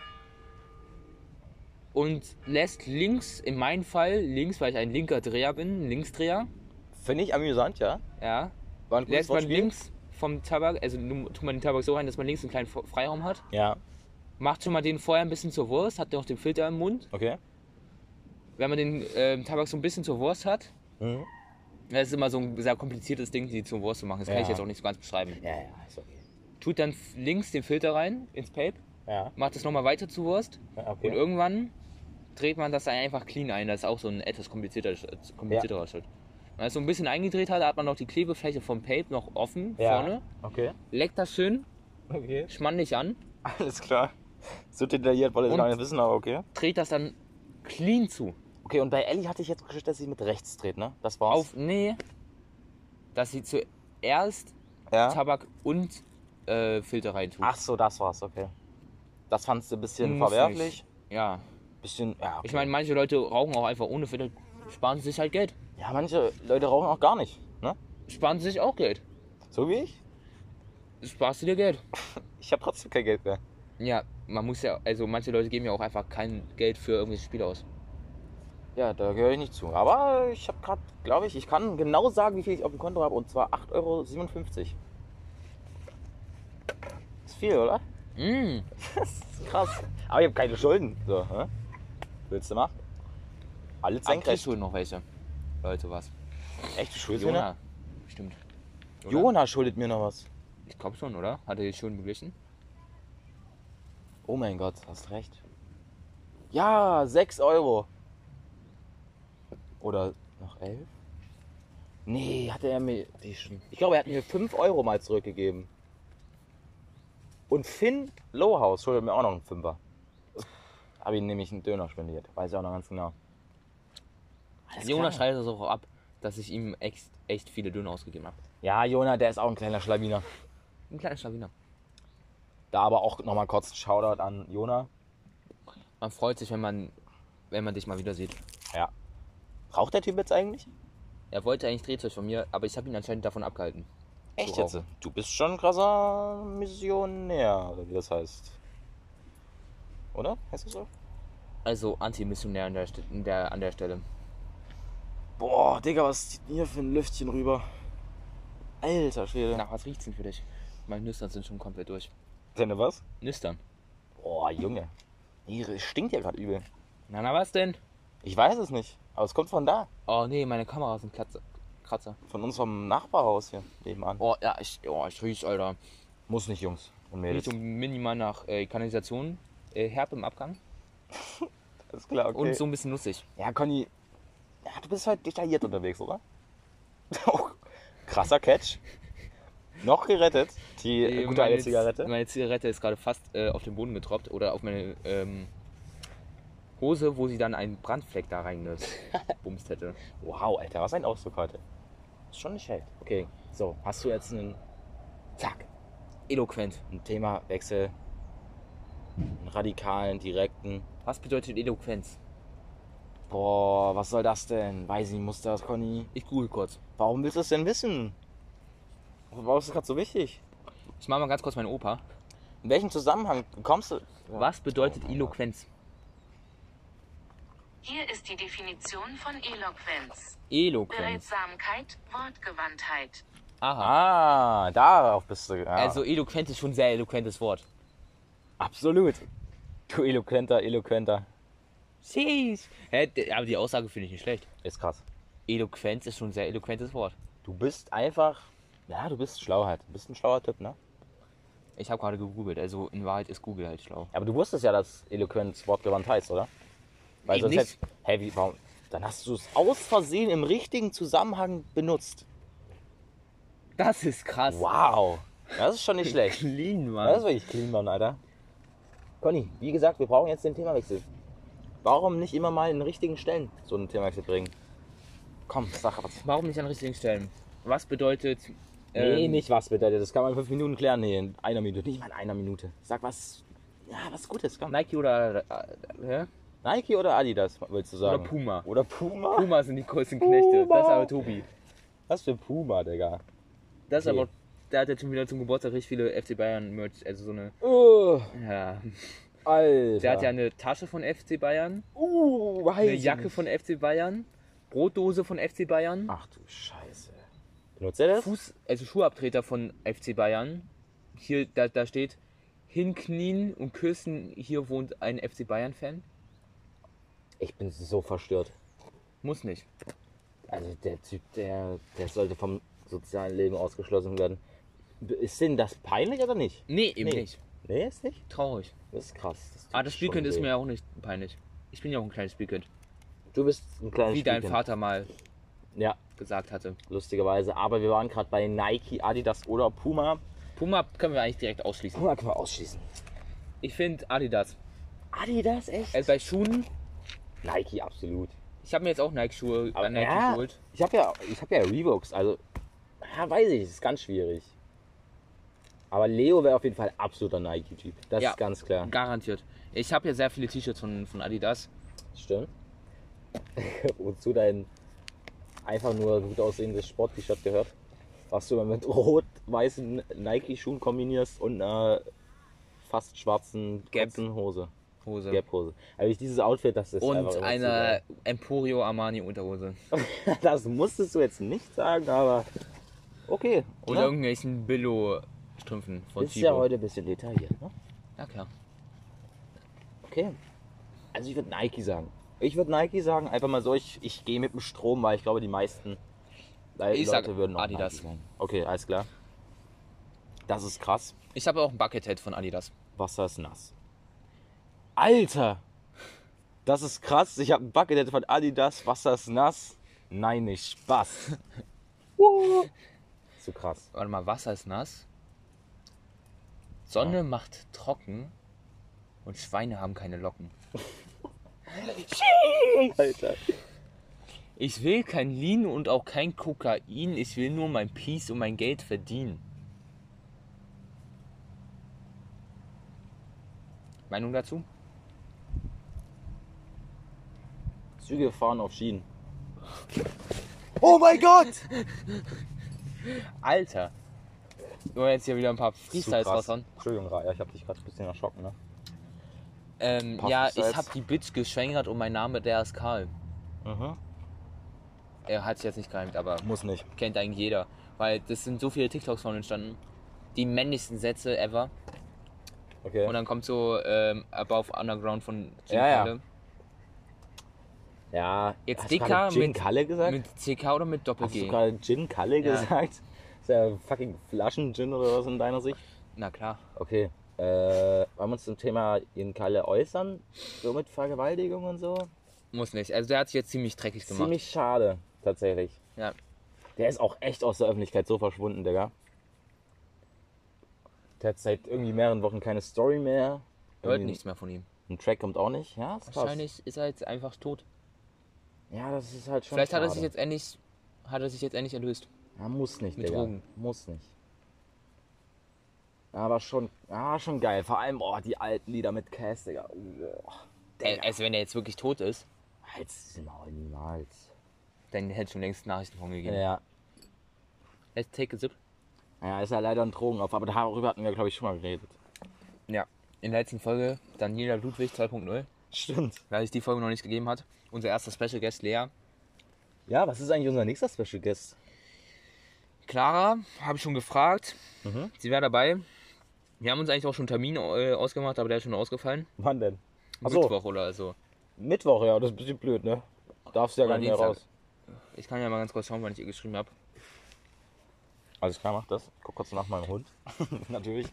Und lässt links, in meinem Fall, links, weil ich ein linker Dreher bin, ein Linksdreher, Finde ich amüsant, ja. ja, War ein gutes lässt man Wortspiel. links vom Tabak, also nun tut man den Tabak so rein, dass man links einen kleinen Fre- Freiraum hat. Ja, Macht schon mal den vorher ein bisschen zur Wurst, hat noch den Filter im Mund. okay. wenn man den ähm, Tabak so ein bisschen zur Wurst hat, Mhm. das ist immer so ein sehr kompliziertes Ding, die zur Wurst zu machen. Das kann Ja. ich jetzt auch nicht so ganz beschreiben. Ja, ja, ist okay. Tut dann f- links den Filter rein ins Pape, Ja, macht es nochmal weiter zur Wurst ja, und okay. irgendwann dreht man das dann einfach clean ein. Das ist auch so ein etwas komplizierter, Sch- komplizierterer Schritt. Wenn man es so ein bisschen eingedreht hat, hat man noch die Klebefläche vom Pape noch offen Ja. vorne. Okay. Leckt das schön, Okay. schmandig an, Alles klar. So detailliert wollte ich Und- gar nicht wissen, aber okay. dreht das dann clean zu. Okay, und bei Ellie hatte ich jetzt gestellt, dass sie mit rechts dreht, ne? Das war's. Auf, nee, dass sie zuerst ja? Tabak und äh, Filter rein tut. Ach so, das war's, okay. Das fandst du ein bisschen Muss verwerflich. Ja. Bisschen, ja. Okay. Ich meine, manche Leute rauchen auch einfach ohne Filter, sparen sich halt Geld. ja, manche Leute rauchen auch gar nicht, ne? Sparen sich auch Geld. So wie ich. Sparst du dir Geld? Ich habe trotzdem kein Geld mehr. Ja, man muss ja, also manche Leute geben ja auch einfach kein Geld für irgendwelche Spiele aus. Ja, da gehöre ich nicht zu. Aber ich habe gerade, glaube ich, ich kann genau sagen, wie viel ich auf dem Konto habe. Und zwar 8,57 Euro. Ist viel, oder? Mm, Hm, Das ist krass. Aber ich habe keine Schulden. So, hä? Willst du machen? Alles Eigentlich senkrecht. schon noch welche. Leute, was? Echt, du schuldest Jona. Stimmt. mir noch? Jona schuldet mir noch was. Ich glaube schon, oder? Hat er jetzt schon beglichen? Oh mein Gott, hast recht. Ja, 6 Euro. Oder noch 11? Nee, hatte er mir. die schon- Ich glaube, er hat mir 5 Euro mal zurückgegeben. Und Finn Lowhouse schuldet mir auch noch einen Fünfer. Habe ihm nämlich einen Döner spendiert. Weiß ich auch noch ganz genau. Alles Jonas klar. schneidet das auch ab, dass ich ihm echt, echt viele Döner ausgegeben habe. Ja, Jona, der ist auch ein kleiner Schlawiner. Ein kleiner Schlawiner. Da aber auch nochmal kurz ein Shoutout an Jona. Man freut sich, wenn man, wenn man dich mal wieder sieht. Raucht der Typ jetzt eigentlich? Er wollte eigentlich Drehzeug von mir, aber ich habe ihn anscheinend davon abgehalten. Echt Worauf? jetzt? Du bist schon ein krasser Missionär, oder wie das heißt. Oder? Heißt das so? Also Anti-Missionär an der, Ste- in der, an der Stelle. Boah, Digga, was zieht denn hier für ein Lüftchen rüber? Alter Schwede. Nach was riecht's denn für dich? Meine Nüstern sind schon komplett durch. Denn was? Nüstern. Boah, Junge. Ihre stinkt ja gerade übel. Na, na, was denn? Ich weiß es nicht, aber es kommt von da. Oh nee, meine Kamera sind Kratzer. Kratzer. Von unserem Nachbarhaus hier nebenan. Oh ja, ich, oh, ich riech, Alter. Muss nicht, Jungs und Mädels. Riecht so minimal nach äh, Kanalisation, äh, herb im Abgang Ist klar, okay. und so ein bisschen nussig. Ja, Conny, ja, du bist heute detailliert unterwegs, oder? Oh, krasser Catch. Noch gerettet. Die Äh, gute alte meine Zigarette. Z- Meine Zigarette ist gerade fast äh, auf den Boden getroppt oder auf meine ähm, Hose, wo sie dann einen Brandfleck da reingebumst hätte. Wow, Alter, was ein Ausdruck heute. Ist schon nicht schlecht. Okay, so, hast du jetzt einen, Zack. Eloquent. einen Themawechsel? Einen radikalen, direkten? Was bedeutet Eloquenz? Boah, was soll das denn? Weiß ich nicht, muss das, Conny? Ich google kurz. Warum willst du es denn wissen? Warum ist das gerade so wichtig? Ich mache mal ganz kurz meinen Opa. In welchem Zusammenhang kommst du? Was bedeutet Eloquenz? Hier ist die Definition von Eloquenz. Eloquenz. Beredsamkeit, Wortgewandtheit. Aha. Ah, darauf bist du. Ja. Also eloquent ist schon ein sehr eloquentes Wort. Absolut. Du eloquenter, eloquenter. Sheesh. Eh, Hä, d- Aber die Aussage finde ich nicht schlecht. Ist krass. Eloquenz ist schon ein sehr eloquentes Wort. Du bist einfach. Ja, du bist schlau halt. Du bist ein schlauer Typ, ne? Ich habe gerade gegoogelt, also in Wahrheit ist Google halt schlau. Aber du wusstest ja, dass eloquent wortgewandt heißt, oder? Weil Nee, sonst nicht. hätt- Hä, wie, warum? Dann hast du es aus Versehen im richtigen Zusammenhang benutzt. Das ist krass. Wow. Das ist schon nicht schlecht. Clean, Mann. Das ist wirklich clean, Mann, Alter. Conny, wie gesagt, wir brauchen jetzt den Themawechsel. Warum nicht immer mal in den richtigen Stellen so einen Themawechsel bringen? Komm, sag was. Warum nicht an richtigen Stellen? Was bedeutet. Nee, ähm, nicht was bedeutet. Das kann man in fünf Minuten klären. Nee, in einer Minute. Nicht mal in einer Minute. Sag was. Ja, was Gutes. Komm. Nike oder, äh, hä? Nike oder Adidas, willst du oder sagen? Puma? Oder Puma? Puma sind die größten Knechte. Das ist aber Tobi. Was für Puma, Digga. Das ist Okay. aber. Der hat jetzt schon wieder zum Geburtstag richtig viele FC Bayern Merch. Also so eine. Uh, Ja. Alter. Der hat ja eine Tasche von FC Bayern, Uh, weiß eine ich Jacke nicht. von FC Bayern, Brotdose von FC Bayern, Ach du Scheiße. Benutzt er das? Fuß, also Schuhabtreter von FC Bayern. Hier, da, da steht. Hinknien und küssen, hier wohnt ein FC Bayern-Fan. Ich bin so verstört. Muss nicht. Also der Typ, der, der sollte vom sozialen Leben ausgeschlossen werden. Ist denn das peinlich oder nicht? Nee, eben Nee. nicht. Nee, ist nicht. Traurig. Das ist krass. tut Ah, das schon Spielkind ist weh. mir auch nicht peinlich. Ich bin ja auch ein kleines Spielkind. Du bist ein kleines Wie dein Spielkind. Vater mal Ja, gesagt hatte. lustigerweise. Aber wir waren gerade bei Nike, Adidas oder Puma. Puma können wir eigentlich direkt ausschließen. Puma können wir ausschließen. Ich finde Adidas. Adidas, echt? Also bei Schuhen, Nike, absolut. ich habe mir jetzt auch Nike-Schuhe Aber an Nike ja, geholt. Ich habe ja, ich hab ja Revox, also ja, weiß ich, ist ganz schwierig. Aber Leo wäre auf jeden Fall absoluter Nike-Typ. Das Ja. ist ganz klar. Garantiert. Ich habe ja sehr viele T-Shirts von, von Adidas. Stimmt. Wozu dein einfach nur gut aussehendes Sport-T-Shirt gehört, was du immer mit rot-weißen Nike-Schuhen kombinierst und einer fast schwarzen Gelb. kurzen Hose. Hose. Gelbhose. Also ich- dieses Outfit, das ist einfach Und immer eine Emporio Armani Unterhose. zu geil. Das musstest du jetzt nicht sagen, aber okay. Und ne? irgendwelchen Billo-Strümpfen von Ist ja Chibo. heute ein bisschen detailliert, ne? Ja, klar. Okay. Also ich würde Nike sagen. Ich würde Nike sagen, einfach mal so, ich, ich gehe mit dem Strom, weil ich glaube, die meisten Le- Ich sag auch Adidas. Nike sagen. Okay, alles klar. Das ist krass. Ich habe auch ein Buckethead von Adidas. Wasser ist nass. Alter! Das ist krass. Ich habe ein Buckethead von Adidas. Wasser ist nass. Nein, nicht Spaß. Zu krass. Warte mal, Wasser ist nass. Sonne macht trocken. Und Schweine haben keine Locken. Alter. Ich will kein Lean und auch kein Kokain. Ich will nur mein Peace und mein Geld verdienen. Meinung dazu? Züge fahren auf Schienen. Oh mein Gott! Alter. Nur jetzt hier wieder ein paar Freestyles Zu krass. raushauen. Entschuldigung, Raya, ich habe dich gerade ein bisschen erschrocken, ne? Ähm, Paar ja, Freestyles. ich hab die Bitch geschwängert und mein Name, der ist Karl. Er hat sich jetzt nicht geheim, aber Muss nicht. kennt eigentlich jeder. Weil das sind so viele TikToks von entstanden. Die männlichsten Sätze ever. Okay. Und dann kommt so ähm, Above Underground von Jim Ja, ja. Kalle. ja. Jetzt hast dicker du gerade Gin mit- Kalle gesagt? Mit CK oder mit hast du Doppel-G? gerade Gin Kalle Ja. gesagt? Ist ja fucking Flaschen-Gin oder was in deiner Sicht? Na klar. Okay. Äh, wollen wir uns zum Thema Gin Kalle äußern? So mit Vergewaltigung und so? Muss nicht. Also der hat sich jetzt ziemlich dreckig gemacht. Ziemlich schade, tatsächlich. Ja. Der ist auch echt aus der Öffentlichkeit so verschwunden, Digga. Der hat seit irgendwie mehreren Wochen keine Story mehr. Hört Irgendwie nichts mehr von ihm. Ein Track kommt auch nicht. Ja, ist krass. Wahrscheinlich ist er jetzt einfach tot. Ja, das ist halt schon. Vielleicht hat schade. er sich jetzt endlich hat er sich jetzt endlich erlöst. Ja, muss nicht, mit Digga. Drogen. Muss nicht. Aber schon, ah, schon geil. Vor allem, oh, die alten Lieder mit Cass, Digga. Oh, Ä- Also wenn er jetzt wirklich tot ist, Halt's die Maul niemals. dann hätte es schon längst Nachrichten von gegeben. Ja. Let's take a sip. Ja, ist ja leider ein Drogenopfer, aber darüber hatten wir, glaube ich, schon mal geredet. Ja. In der letzten Folge Daniela Ludwig 2.0, Stimmt. weil es die Folge noch nicht gegeben hat. Unser erster Special Guest Lea. Ja, was ist eigentlich unser nächster Special Guest? Clara, habe ich schon gefragt. Sie wäre dabei. Wir haben uns eigentlich auch schon einen Termin äh, ausgemacht, aber der ist schon ausgefallen. Wann denn? Mittwoch oder so. Mittwoch, ja, das ist ein bisschen blöd, ne? Darfst ja Oder gar nicht mehr Dienstag. raus. Ich kann ja mal ganz kurz schauen, wann ich ihr geschrieben habe. Alles klar, mach das. Guck kurz nach meinem Hund. Natürlich.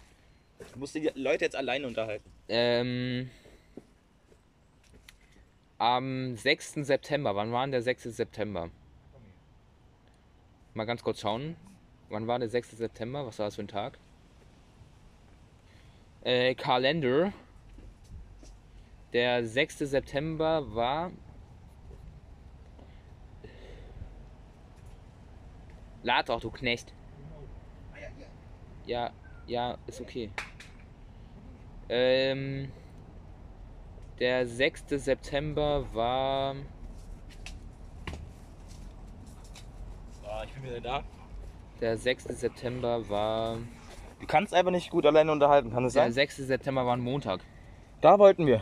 Ich muss die Leute jetzt alleine unterhalten. Ähm, am 6. September. Wann war denn der 6. September? Mal ganz kurz schauen. Wann war der 6. September? Was war das für ein Tag? Äh, Kalender. Der 6. September war. Lad doch, du Knecht. Ja, ja, ist okay. Ähm, der 6. September war. Ah, ich bin wieder da. Der 6. September war. Du kannst einfach nicht gut alleine unterhalten, kann es Der sein? 6. September war ein Montag. Da wollten wir.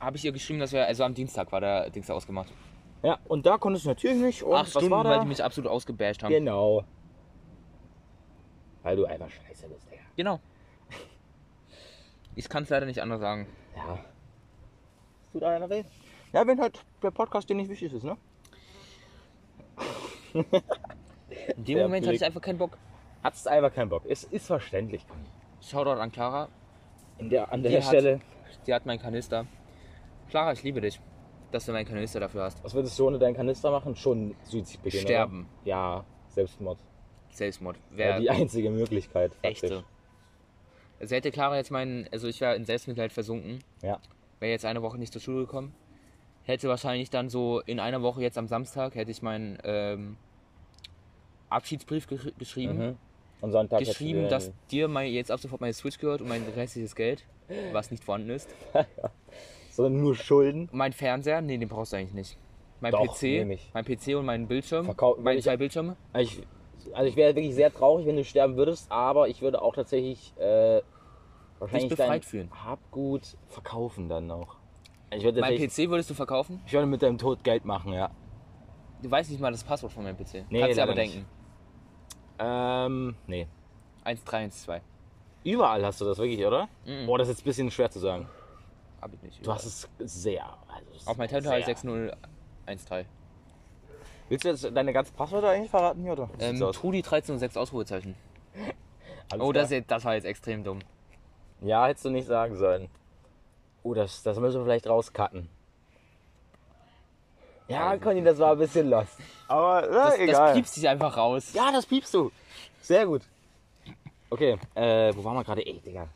Habe ich ihr geschrieben, dass wir. Also am Dienstag war der Dings da ausgemacht. Ja, und da konntest du natürlich nicht. Und Acht was Stunden, war da? weil die mich absolut ausgebasht haben. Genau. Weil du einfach scheiße bist, Digga. Genau. Ich kann es leider nicht anders sagen. Ja. Es tut einer weh. Ja, wenn halt der Podcast dir nicht wichtig ist, ne? In dem Der Moment hatte Blick. ich einfach keinen Bock. Hat's einfach keinen Bock. Es ist verständlich. Shoutout an Clara. In der, an Die der hat- Stelle. Die hat meinen Kanister. Clara, ich liebe dich, dass du meinen Kanister dafür hast. Was würdest du ohne deinen Kanister machen? Schon Suizid begehen. Sterben. Oder? Ja, Selbstmord. Selbstmord. Ja, Wer die einzige Möglichkeit. faktisch. Echte. Also hätte Clara jetzt meinen, also ich wäre in Selbstmitleid versunken. Ja. Wäre jetzt eine Woche nicht zur Schule gekommen. Hätte wahrscheinlich dann so in einer Woche jetzt am Samstag hätte ich meinen ähm, Abschiedsbrief gesch geschrieben. Mhm. Und Sonntag hättest du Geschrieben, den- dass dir mein, jetzt ab sofort meine Switch gehört und mein restliches Geld, was nicht vorhanden ist. Sondern nur Schulden. Mein Fernseher, nee, den brauchst du eigentlich nicht. Mein Doch, nehm nehm ich. mein PC und mein Bildschirm, Verkau- meine ich- zwei Bildschirme. Also ich, also ich wäre wirklich sehr traurig, wenn du sterben würdest, aber ich würde auch tatsächlich äh, wahrscheinlich befreit dein fühlen. Habgut verkaufen dann noch. Also Ich würde, Mein tatsächlich- PC würdest du verkaufen? ich würde mit deinem Tod Geld machen, ja. Du weißt nicht mal das Passwort von meinem PC. Nee, Kannst dir aber leider nicht. denken. Ähm, nee. 1312. Mhm. Überall hast du das wirklich, oder? Boah, das ist jetzt ein bisschen schwer zu sagen. Hab ich nicht. Du hast es sehr, das Auf meinem ist Tablet habe ich sehr- 6013. Willst du jetzt deine ganzen Passwörter eigentlich verraten hier? Oder? Wie Ähm, sieht's aus? Trudi 13 und 6 Ausrufezeichen. Alles Oh, klar. das, ist jetzt- das war jetzt extrem dumm. Ja, hättest du nicht sagen sollen. Oh, das, das müssen wir vielleicht rauscutten. Ja, Conny, das war ein bisschen lost. Aber na, Das, das egal. piepst dich einfach raus. ja, das piepst du. Sehr gut. Okay, äh, wo waren wir gerade? Ey, Digga.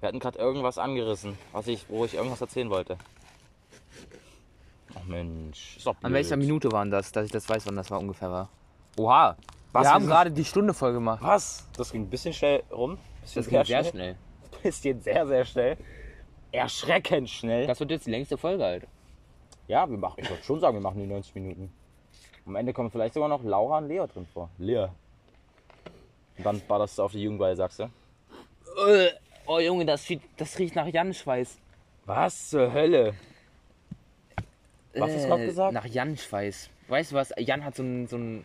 Wir hatten gerade irgendwas angerissen, was ich, wo ich irgendwas erzählen wollte. Ach Mensch, ist doch blöd. An welcher Minute waren das, dass ich das weiß, wann das war ungefähr war? Oha, Was wir haben ist- gerade die Stunde voll gemacht. Was? Das ging ein bisschen schnell rum. Bisschen Das ging sehr schnell. Ein bisschen sehr, sehr schnell. Erschreckend schnell. Das wird jetzt die längste Folge halt. Ja, wir machen, ich würde schon sagen, wir machen die 90 Minuten. Am Ende kommen vielleicht sogar noch Laura und Lea drin vor. Lea. Und dann ballerst du auf die Jugendweihe, sagst du? Oh Junge, das, sieht- das riecht nach Janschweiß. Was zur Hölle? Was hast du gerade gesagt? Äh, Nach Janschweiß. Weißt du was? Jan hat so einen, so einen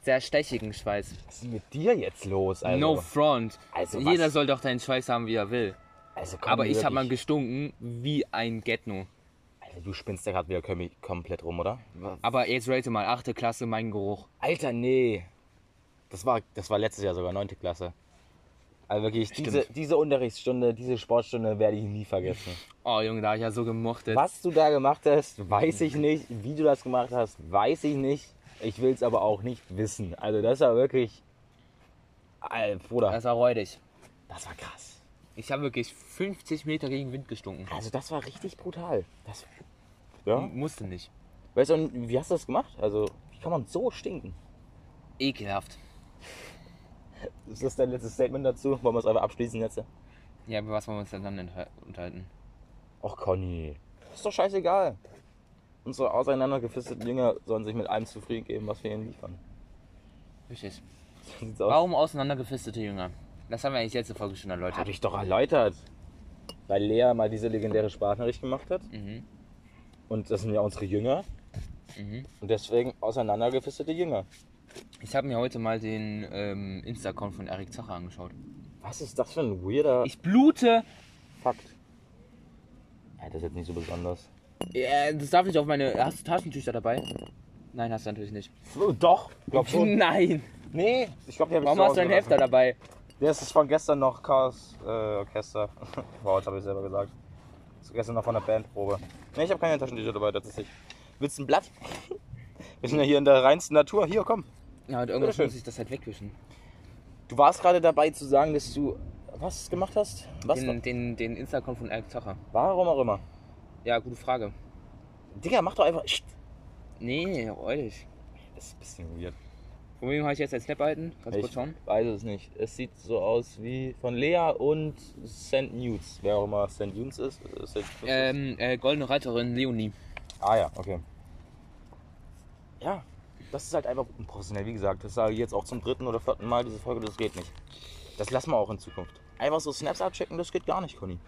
sehr stechigen Schweiß. Was ist denn mit dir jetzt los, also? Alter? no front. also was- Jeder soll doch deinen Schweiß haben, wie er will. also komm, Aber ich habe mal wirklich. gestunken wie ein Getno. Alter, du spinnst ja gerade wieder kom- komplett rum, oder? Aber jetzt rate mal, 8. Klasse, mein Geruch. Alter, nee. Das war, das war letztes Jahr sogar 9. Klasse. Also wirklich, diese, diese Unterrichtsstunde, diese Sportstunde werde ich nie vergessen. Oh Junge, da hab ich ja so gemochtet. Was du da gemacht hast, weiß ich nicht. Wie du das gemacht hast, weiß ich nicht. Ich will es aber auch nicht wissen. Also das war wirklich... Al- Bruder, Das war räudig. das war krass. Ich habe wirklich 50 Meter gegen Wind gestunken. Also das war richtig brutal. Das, ja? Musste nicht. Weißt du, und wie hast du das gemacht? Also, wie kann man so stinken? Ekelhaft. Ist das dein letztes Statement dazu? Wollen wir es einfach abschließen jetzt? Ja, über was wollen wir uns denn dann entha- unterhalten? Och, Conny. Ist doch scheißegal. Unsere auseinandergefisteten Jünger sollen sich mit allem zufrieden geben, was wir ihnen liefern. Richtig. So sieht's aus. Warum auseinandergefistete Jünger? Das haben wir eigentlich letzte Folge schon erläutert. Habe ich doch erläutert. Weil Lea mal diese legendäre Sprachnachricht gemacht hat. Mhm. Und das sind ja unsere Jünger. Mhm. Und deswegen auseinandergefistete Jünger. Ich habe mir heute mal den ähm, Insta-Account von Eric Zacher angeschaut. Was ist das für ein weirder Ich blute. Fakt? Ja, das ist jetzt nicht so besonders. Äh, das darf nicht auf meine. Hast du Taschentücher dabei? Nein, hast du natürlich nicht. So, doch, glaub schon. Nein. Nee, ich glaube, der Warum hast du einen Hefter dabei? Der ist von gestern noch Chaos äh, Orchester. wow, jetzt habe ich selber gesagt. Ist gestern noch von der Bandprobe. Nee, ich habe keine Taschentücher dabei, tatsächlich. Willst du ein Blatt? Wir sind ja hier in der reinsten Natur. Hier, komm. Ja, und irgendwas Bitteschön. muss ich das halt wegwischen. Du warst gerade dabei zu sagen, dass du was gemacht hast? Was? Den, den, den Insta-Account von Eric Zacher. Warum auch immer. Ja, gute Frage. Digga, mach doch einfach. Scht. Nee, eulich. Das ist ein bisschen weird. Von wem habe ich jetzt den Snap erhalten? Kannst du kurz Ich schauen? weiß es nicht. Es sieht so aus wie von Lea und St. Nudes. Wer auch immer St. Nudes ist. äh, St. Nudes. Ähm, äh, Goldene Reiterin Leonie. Ah ja, okay. Ja, das ist halt einfach unprofessionell. Wie gesagt, das sage ich jetzt auch zum dritten oder vierten Mal diese Folge, das geht nicht. Das lassen wir auch in Zukunft. Einfach so Snaps abchecken, das geht gar nicht, Conny.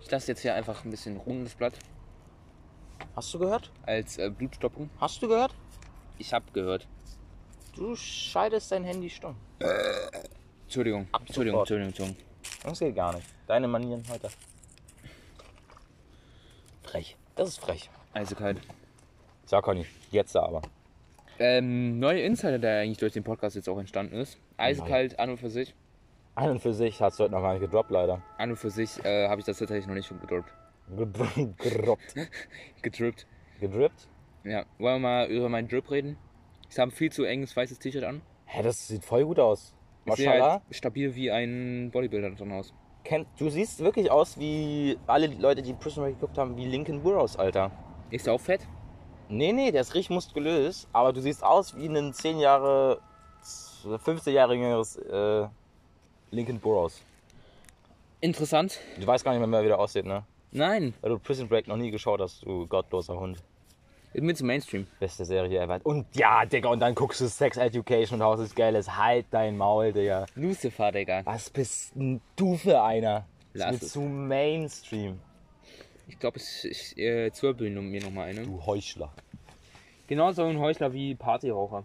Ich lasse jetzt hier einfach ein bisschen ruhen, das Blatt, Hast du gehört? als äh, Blutstoppung. Hast du gehört? Ich habe gehört. Du scheidest dein Handy stumm. Entschuldigung, Entschuldigung, sofort. Entschuldigung, Entschuldigung. Das geht gar nicht. Deine Manieren heute. Frech. Das ist frech. Eisekalt. So, Conny, jetzt aber. Ähm, neue Insider, der eigentlich durch den Podcast jetzt auch entstanden ist. Eisekalt, an und für sich. An und für sich hast du heute noch gar nicht gedroppt, leider. An und für sich äh, habe ich das tatsächlich noch nicht gedrückt. Gedroppt. Gedroppt. Gedrippt. Gedrippt? Ja. Wollen wir mal über meinen Drip reden? Ich habe ein viel zu enges weißes T-Shirt an. Hä, das sieht voll gut aus. Ich sehe Maschallah. halt stabil wie ein Bodybuilder drin aus. Kennt, du siehst wirklich aus wie alle die Leute, die Prison Break geguckt haben, wie Lincoln Burrows, Alter. Ist der auch fett? Nee, nee, der ist richtig muskulös, aber du siehst aus wie ein 10 Jahre, 15 Jahre jüngeres äh, Lincoln Burrows. Interessant. Du weißt gar nicht mehr, wie der aussieht, ne? Nein, Weil du Prison Break noch nie geschaut hast, du gottloser Hund. ist mir zu Mainstream. Beste Serie ever. Und ja, Digga, und dann guckst du Sex Education und Haus des Geldes. Halt dein Maul, Digga. Lucifer, Digga. Was bist denn du für einer? Lass Ist mir es. zu Mainstream. Ich glaube, ich, ich äh, zwirbel nun- mir nochmal eine. Du Heuchler. Genauso ein Heuchler wie Partyraucher.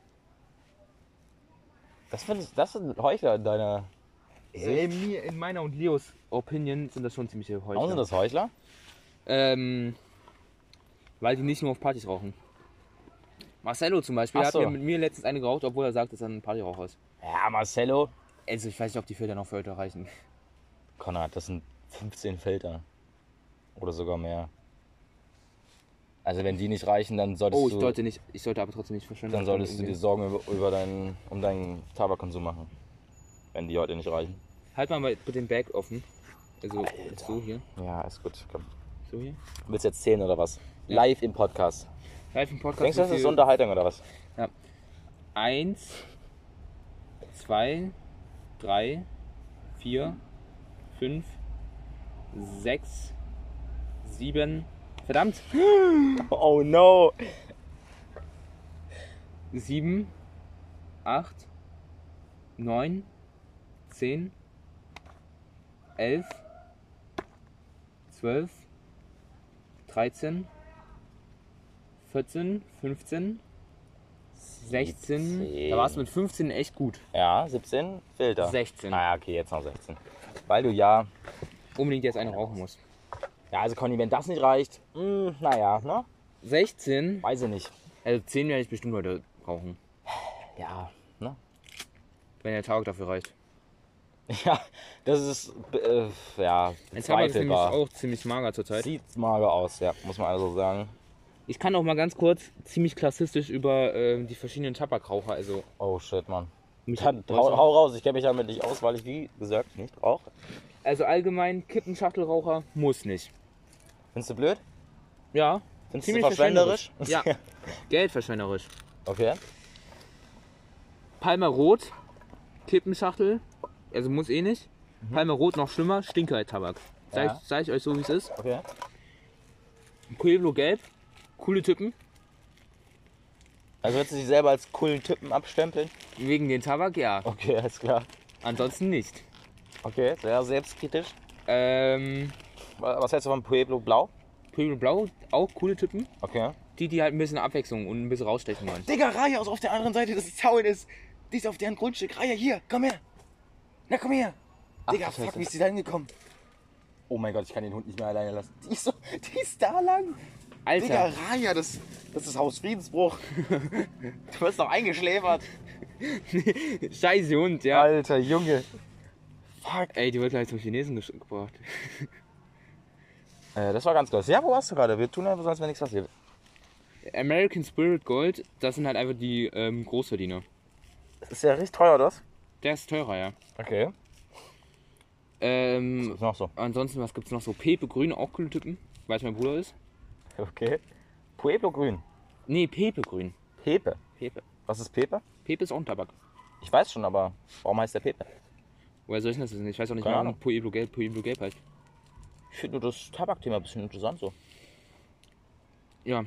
Das, findest, das sind Heuchler in deiner In, mir, in meiner und Leos Opinion sind das schon ziemliche Heuchler. Warum sind das Heuchler? Ähm, weil die nicht nur auf Partys rauchen. Marcello zum Beispiel Ach hat so. mir mit mir letztens eine geraucht, obwohl er sagt, dass er ein Partyraucher ist. Ja, Marcello. Also ich weiß nicht, ob die Filter noch für heute reichen. Konrad, das sind 15 Filter. Oder sogar mehr. Also wenn die nicht reichen, dann solltest Oh, ich du, sollte nicht, ich sollte aber trotzdem nicht verschwenden. dann solltest du dir Sorgen über, über deinen, um deinen Tabakkonsum machen. Wenn die heute nicht reichen. Halt mal mit mit dem Bag offen. Also so hier, Ja, ist gut. Komm. so hier. Willst du jetzt zählen oder was? Live im Podcast. Live im Halt Podcast. Denkst du, wie das ist viel- Unterhaltung oder was? Eins, zwei, drei, vier, fünf, sechs, sieben. Verdammt! Oh no! Sieben, acht, neun, zehn, elf, zwölf, dreizehn, vierzehn, fünfzehn, sechzehn. Da warst du mit 15 echt gut. Ja, 17 Filter. 16. Ah, ja, okay, jetzt noch 16. Weil du ja. Unbedingt jetzt einen rauchen musst. Ja, also Conny, wenn das nicht reicht, mh, naja, ne? 16? Weiß ich nicht. Also 10 werde ich bestimmt heute brauchen, Ja, ne? wenn der Tag dafür reicht. Ja, das ist. Äh, ja, Mein Tabak ist nämlich bezweifelbar. auch ziemlich mager zurzeit. Sieht mager aus, ja, muss man also sagen. Ich kann auch mal ganz kurz ziemlich klassistisch über ähm, die verschiedenen Tabakraucher, also Oh shit, Mann. mich Dann, hau, hau raus, ich kenne mich damit nicht aus, weil ich, wie gesagt, nicht rauche. Also allgemein Kippenschachtelraucher muss nicht. Findest du blöd? Ja, Findest du verschwenderisch? Ja, geldverschwenderisch. Okay. Palmer Rot, Kippenschachtel, also muss eh nicht. Palmer Rot noch schlimmer, Stinkerheit-Tabak. Sag, Ja. ich- sag ich euch so, wie es ist. Okay. Pueblo Gelb, coole Typen, Also würdest du dich selber als coolen Typen abstempeln? wegen den Tabak, ja. Okay, alles klar. Ansonsten nicht. Okay, sehr selbstkritisch. Ähm, Wa- Was hältst du von Pueblo Blau? Pueblo Blau, auch coole Typen. Okay. Die, die halt ein bisschen Abwechslung und ein bisschen rausstechen wollen. Digga, Raya ist auf der anderen Seite des Zaunes. Die ist auf deren Grundstück. Raya, hier, komm her. Na, komm her. Digga, du fuck, Scheiße. wie ist die da hingekommen? Oh mein Gott, ich kann den Hund nicht mehr alleine lassen. Die ist, so, die ist da lang. Digga, Alter, Raya, das, das ist Hausfriedensbruch. du wirst noch eingeschläfert. scheiße Hund, ja. Alter Junge. Fuck. Ey, die wird gleich zum Chinesen gesch- gebracht. Äh, das war ganz groß. Ja, wo warst du gerade? Wir tun einfach so, als wäre nichts passiert. American Spirit Gold, das sind halt einfach die ähm, Großverdiener. Ist ja richtig teuer, das. Der ist teurer, ja. Okay. Ähm, Ist noch so. ansonsten, was gibt's noch so? Pepe Grün, auch coole Typen. Weiß mein Bruder ist? Okay. Pueblo Grün. Nee, Pepe Grün. Pepe. Pepe. Was ist Pepe? Pepe ist auch ein Tabak. Ich weiß schon, aber warum heißt der Pepe? Woher soll ich denn das wissen? Ich weiß auch nicht, Keine warum Ahnung. Pueblo Gelb Pueblo Gelb heißt. Ich finde nur das Tabakthema ein bisschen interessant so. Ja.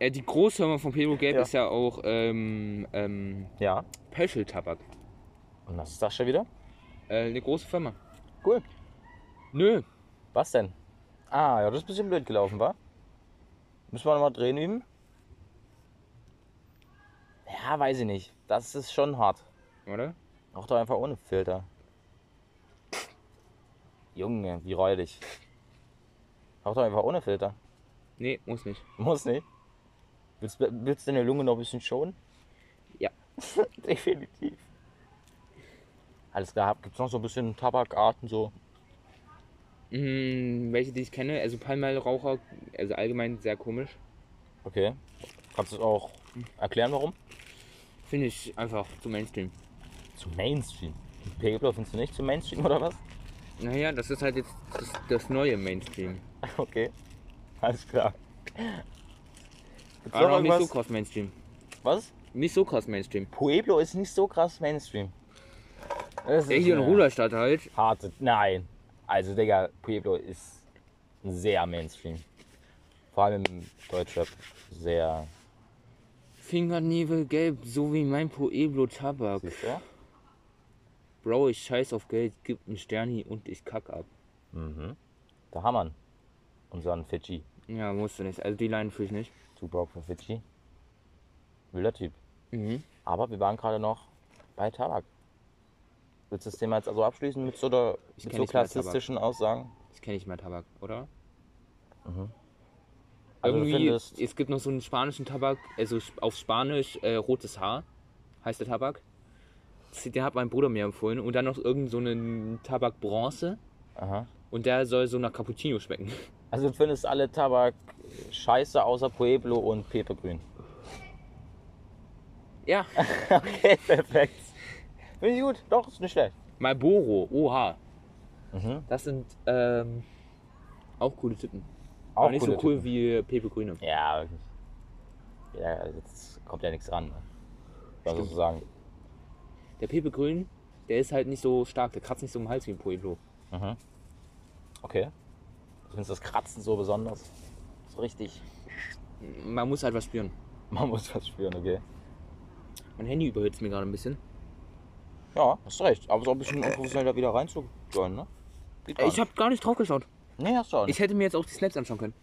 äh, die Großfirma von Pueblo Gelb Ja. ist ja auch ähm, ähm, Ja. Pöschel-Tabak. Und was ist das schon wieder? Äh, eine große Firma. Cool. Nö. Was denn? Ah, ja, das ist ein bisschen blöd gelaufen, war. Müssen wir nochmal drehen üben? Ja, weiß ich nicht. Das ist schon hart. Oder? Auch doch einfach ohne Filter. Junge, wie räudig. Auch doch einfach ohne Filter. Nee, muss nicht. Muss nicht. Willst, willst du deine Lunge noch ein bisschen schonen? Ja. Definitiv. Alles klar, gibt's noch so ein bisschen Tabakarten so? Mm, welche, die ich kenne, also Palmerraucher, also allgemein sehr komisch. Okay. Kannst du auch erklären, warum? Finde ich einfach zu Mainstream. Zu Mainstream. Pueblo findest du nicht zu Mainstream oder was? Naja, das ist halt jetzt das, das neue Mainstream. Okay. Alles klar. Gibt's Aber noch noch nicht irgendwas? so krass Mainstream. was? Nicht so krass Mainstream. Pueblo ist nicht so krass Mainstream. Das Ja, hier in eine Ruderstadt halt. Harte. Nein. Also, Digga, Pueblo ist sehr Mainstream. Vor allem im Deutschrap. Sehr. Fingernebel gelb, so wie mein Pueblo Tabak. Siehst du? Bro, ich scheiß auf Geld, gib einen Sterni und ich kack ab. Da haben wir unseren Fidschi. Ja, musst du nicht. Also die Line fühle ich nicht. Too broke for Fidschi. Wilder Typ. Mhm. Aber wir waren gerade noch bei Tabak. Willst du das Thema jetzt also abschließen mit so, der, mit so kenn nicht mehr Tabak. klassistischen Aussagen? Ich kenne nicht mehr Tabak, oder? Mhm. Also du Irgendwie, findest- es gibt noch so einen spanischen Tabak, also sp- auf Spanisch äh, rotes Haar heißt der Tabak. Das- Den hat mein Bruder mir empfohlen. Und dann noch irgend so einen Tabak Bronze. Aha. Und der soll so nach Cappuccino schmecken. Also du findest alle Tabak scheiße außer Pueblo und Petergrün. Ja. Okay, perfekt. Finde ich gut, doch, ist nicht schlecht. Marlboro, oha. Mhm. Das sind ähm, auch coole Tippen. Auch Aber nicht so coole cool Typen. wie Pepe Grüne. Ja, wirklich. Ja, also jetzt kommt ja nichts ran. Ne? War Stimmt. sozusagen. Der Pepe Grün, der ist halt nicht so stark, der kratzt nicht so im Hals wie ein Pueblo. Okay. Du findest das Kratzen so besonders. So richtig. Man muss halt was spüren. Man muss was spüren, okay. Mein Handy überhitzt mir gerade ein bisschen. Ja, hast recht. Aber ist auch ein bisschen unprofessionell, da wieder reinzujoinen, ne? Geht gar Äh, Ich nicht. habe gar nicht drauf geschaut. Nee, hast du auch nicht. Ich hätte mir jetzt auch die Snaps anschauen können.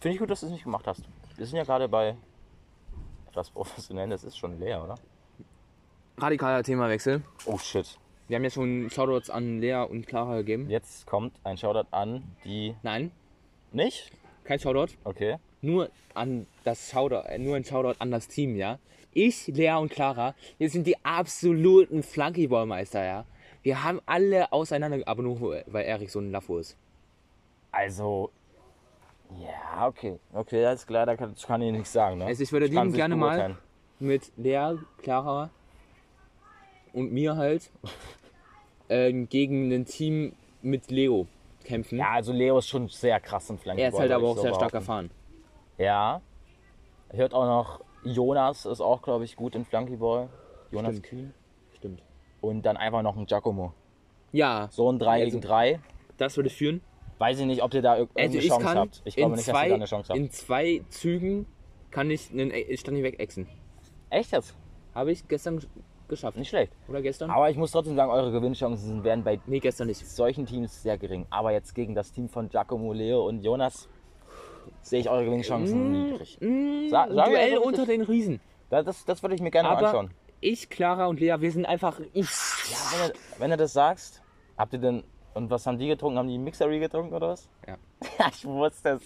Finde ich gut, dass du es nicht gemacht hast. Wir sind ja gerade bei etwas Professionelles. Ist schon leer, oder? Radikaler Themawechsel. Oh shit. Wir haben ja schon Shoutouts an Lea und Clara gegeben. Jetzt kommt ein Shoutout an die. Nein, Nicht? kein Shoutout. Okay. Nur an das Shoutout, äh, nur ein Shoutout an das Team, ja. Ich, Lea und Clara, wir sind die absoluten Flunkyballmeister, ja. Wir haben alle auseinander, aber nur weil Erik so ein Laffo ist. Also. Ja, okay. Okay, alles klar, da kann, kann ich nichts sagen, ne? Also ich würde Kann lieben sich gerne mal beurteilen. mit Lea, Clara und mir halt ähm, gegen ein Team mit Leo kämpfen. Ja, also Leo ist schon sehr krass im Flanken. er ist halt aber auch sehr stark erfahren. Ja. Hört auch noch, Jonas ist auch, glaube ich, gut in Flankyball. Jonas Kühn. Stimmt. Und dann einfach noch ein Giacomo. Ja, So ein 3 Also- gegen 3. das würde führen. Weiß ich nicht, ob ihr da irg- Also irgendeine ich Chance kann habt. Ich glaube in, nicht, dass zwei, ihr da eine Chance habt. in zwei Zügen kann ich einen E- Stand nicht wegexen. Echt jetzt? Habe ich gestern gesch- geschafft. Nicht schlecht. Oder gestern? Aber ich muss trotzdem sagen, eure Gewinnchancen sind- werden bei Nee, gestern nicht. solchen Teams sehr gering. Aber jetzt gegen das Team von Giacomo, Leo und Jonas sehe ich eure Gewinnchancen niedrig. Sa- sagen wir Mm, Duell einfach, unter das- den Riesen. Da- Das, das würde ich mir gerne mal Aber anschauen. ich, Clara und Lea, wir sind einfach... Wenn du, wenn du das sagst, habt ihr denn. Und was haben die getrunken? Haben die Mixery getrunken oder was? Ja. ja, ich wusste es.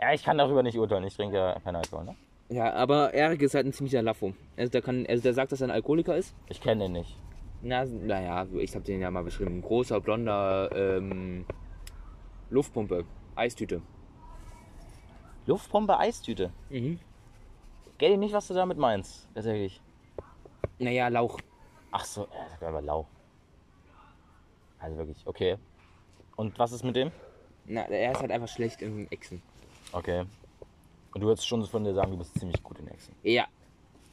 Ja, ich kann darüber nicht urteilen. Ich trinke ja keinen Alkohol, ne? Ja, aber Erik ist halt ein ziemlicher Laffo. Also der, kann, also der sagt, dass er ein Alkoholiker ist. Ich kenne den nicht. Na, naja, ich habe den ja mal beschrieben. Ein großer, blonder ähm, Luftpumpe, Eistüte. Luftpumpe Eistüte. Mhm. Gell nicht, was du damit meinst, tatsächlich. Naja, Lauch. Ach so, ja, das war aber lau. Also wirklich, okay. Und was ist mit dem? Na, er ist halt einfach schlecht im Echsen. Okay. Und du würdest schon von dir sagen, du bist ziemlich gut in Echsen. Ja,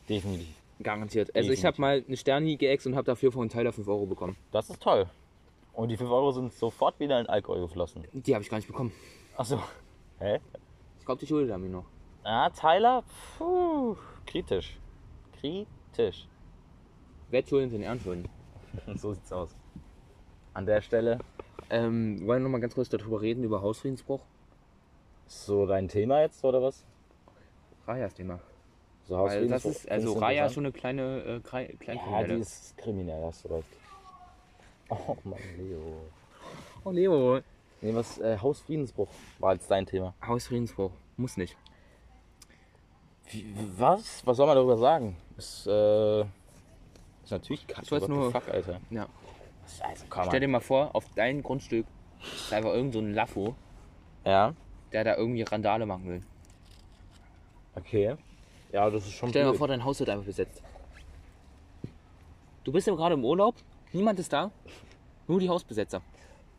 Definitiv. garantiert. Also ich Definitiv. habe mal eine Sterni geext und habe dafür von Tyler 5 Euro bekommen. Das ist toll. Und die 5 Euro sind sofort wieder in Alkohol geflossen. Die habe ich gar nicht bekommen. Ach so. Hä? Ich glaube, die schuldet er mir noch. Ah, Tyler, puh, kritisch. Kritisch. Wertschulden sind Ehrenschulden. Und so sieht's aus. An der Stelle Ähm, wollen wir nochmal ganz kurz darüber reden, über Hausfriedensbruch? ist so dein Thema jetzt, oder was? Rajas Thema. So Weil das Hausfriedensbruch, ist, also findest du Raja interessant? ist schon eine kleine äh, Krei- Ja, Kleinkriminelle. die ist kriminell, hast du recht. Oh Mann, Leo. oh, Leo. Nee, was, äh, Hausfriedensbruch war jetzt dein Thema. Hausfriedensbruch. Muss nicht. Wie, was? Was soll man darüber sagen? Ist, äh, ist natürlich kacke. Ich weiß what the nur- Fuck, Alter. Ja. Das ist Also, komm Stell dir mal. mal vor, auf dein Grundstück ist einfach irgend so ein Laffo, Ja, der da irgendwie Randale machen will. okay. Ja, das ist schon Stell dir mal blöd. vor, dein Haus wird einfach besetzt. Du bist ja gerade im Urlaub, niemand ist da, nur die Hausbesetzer.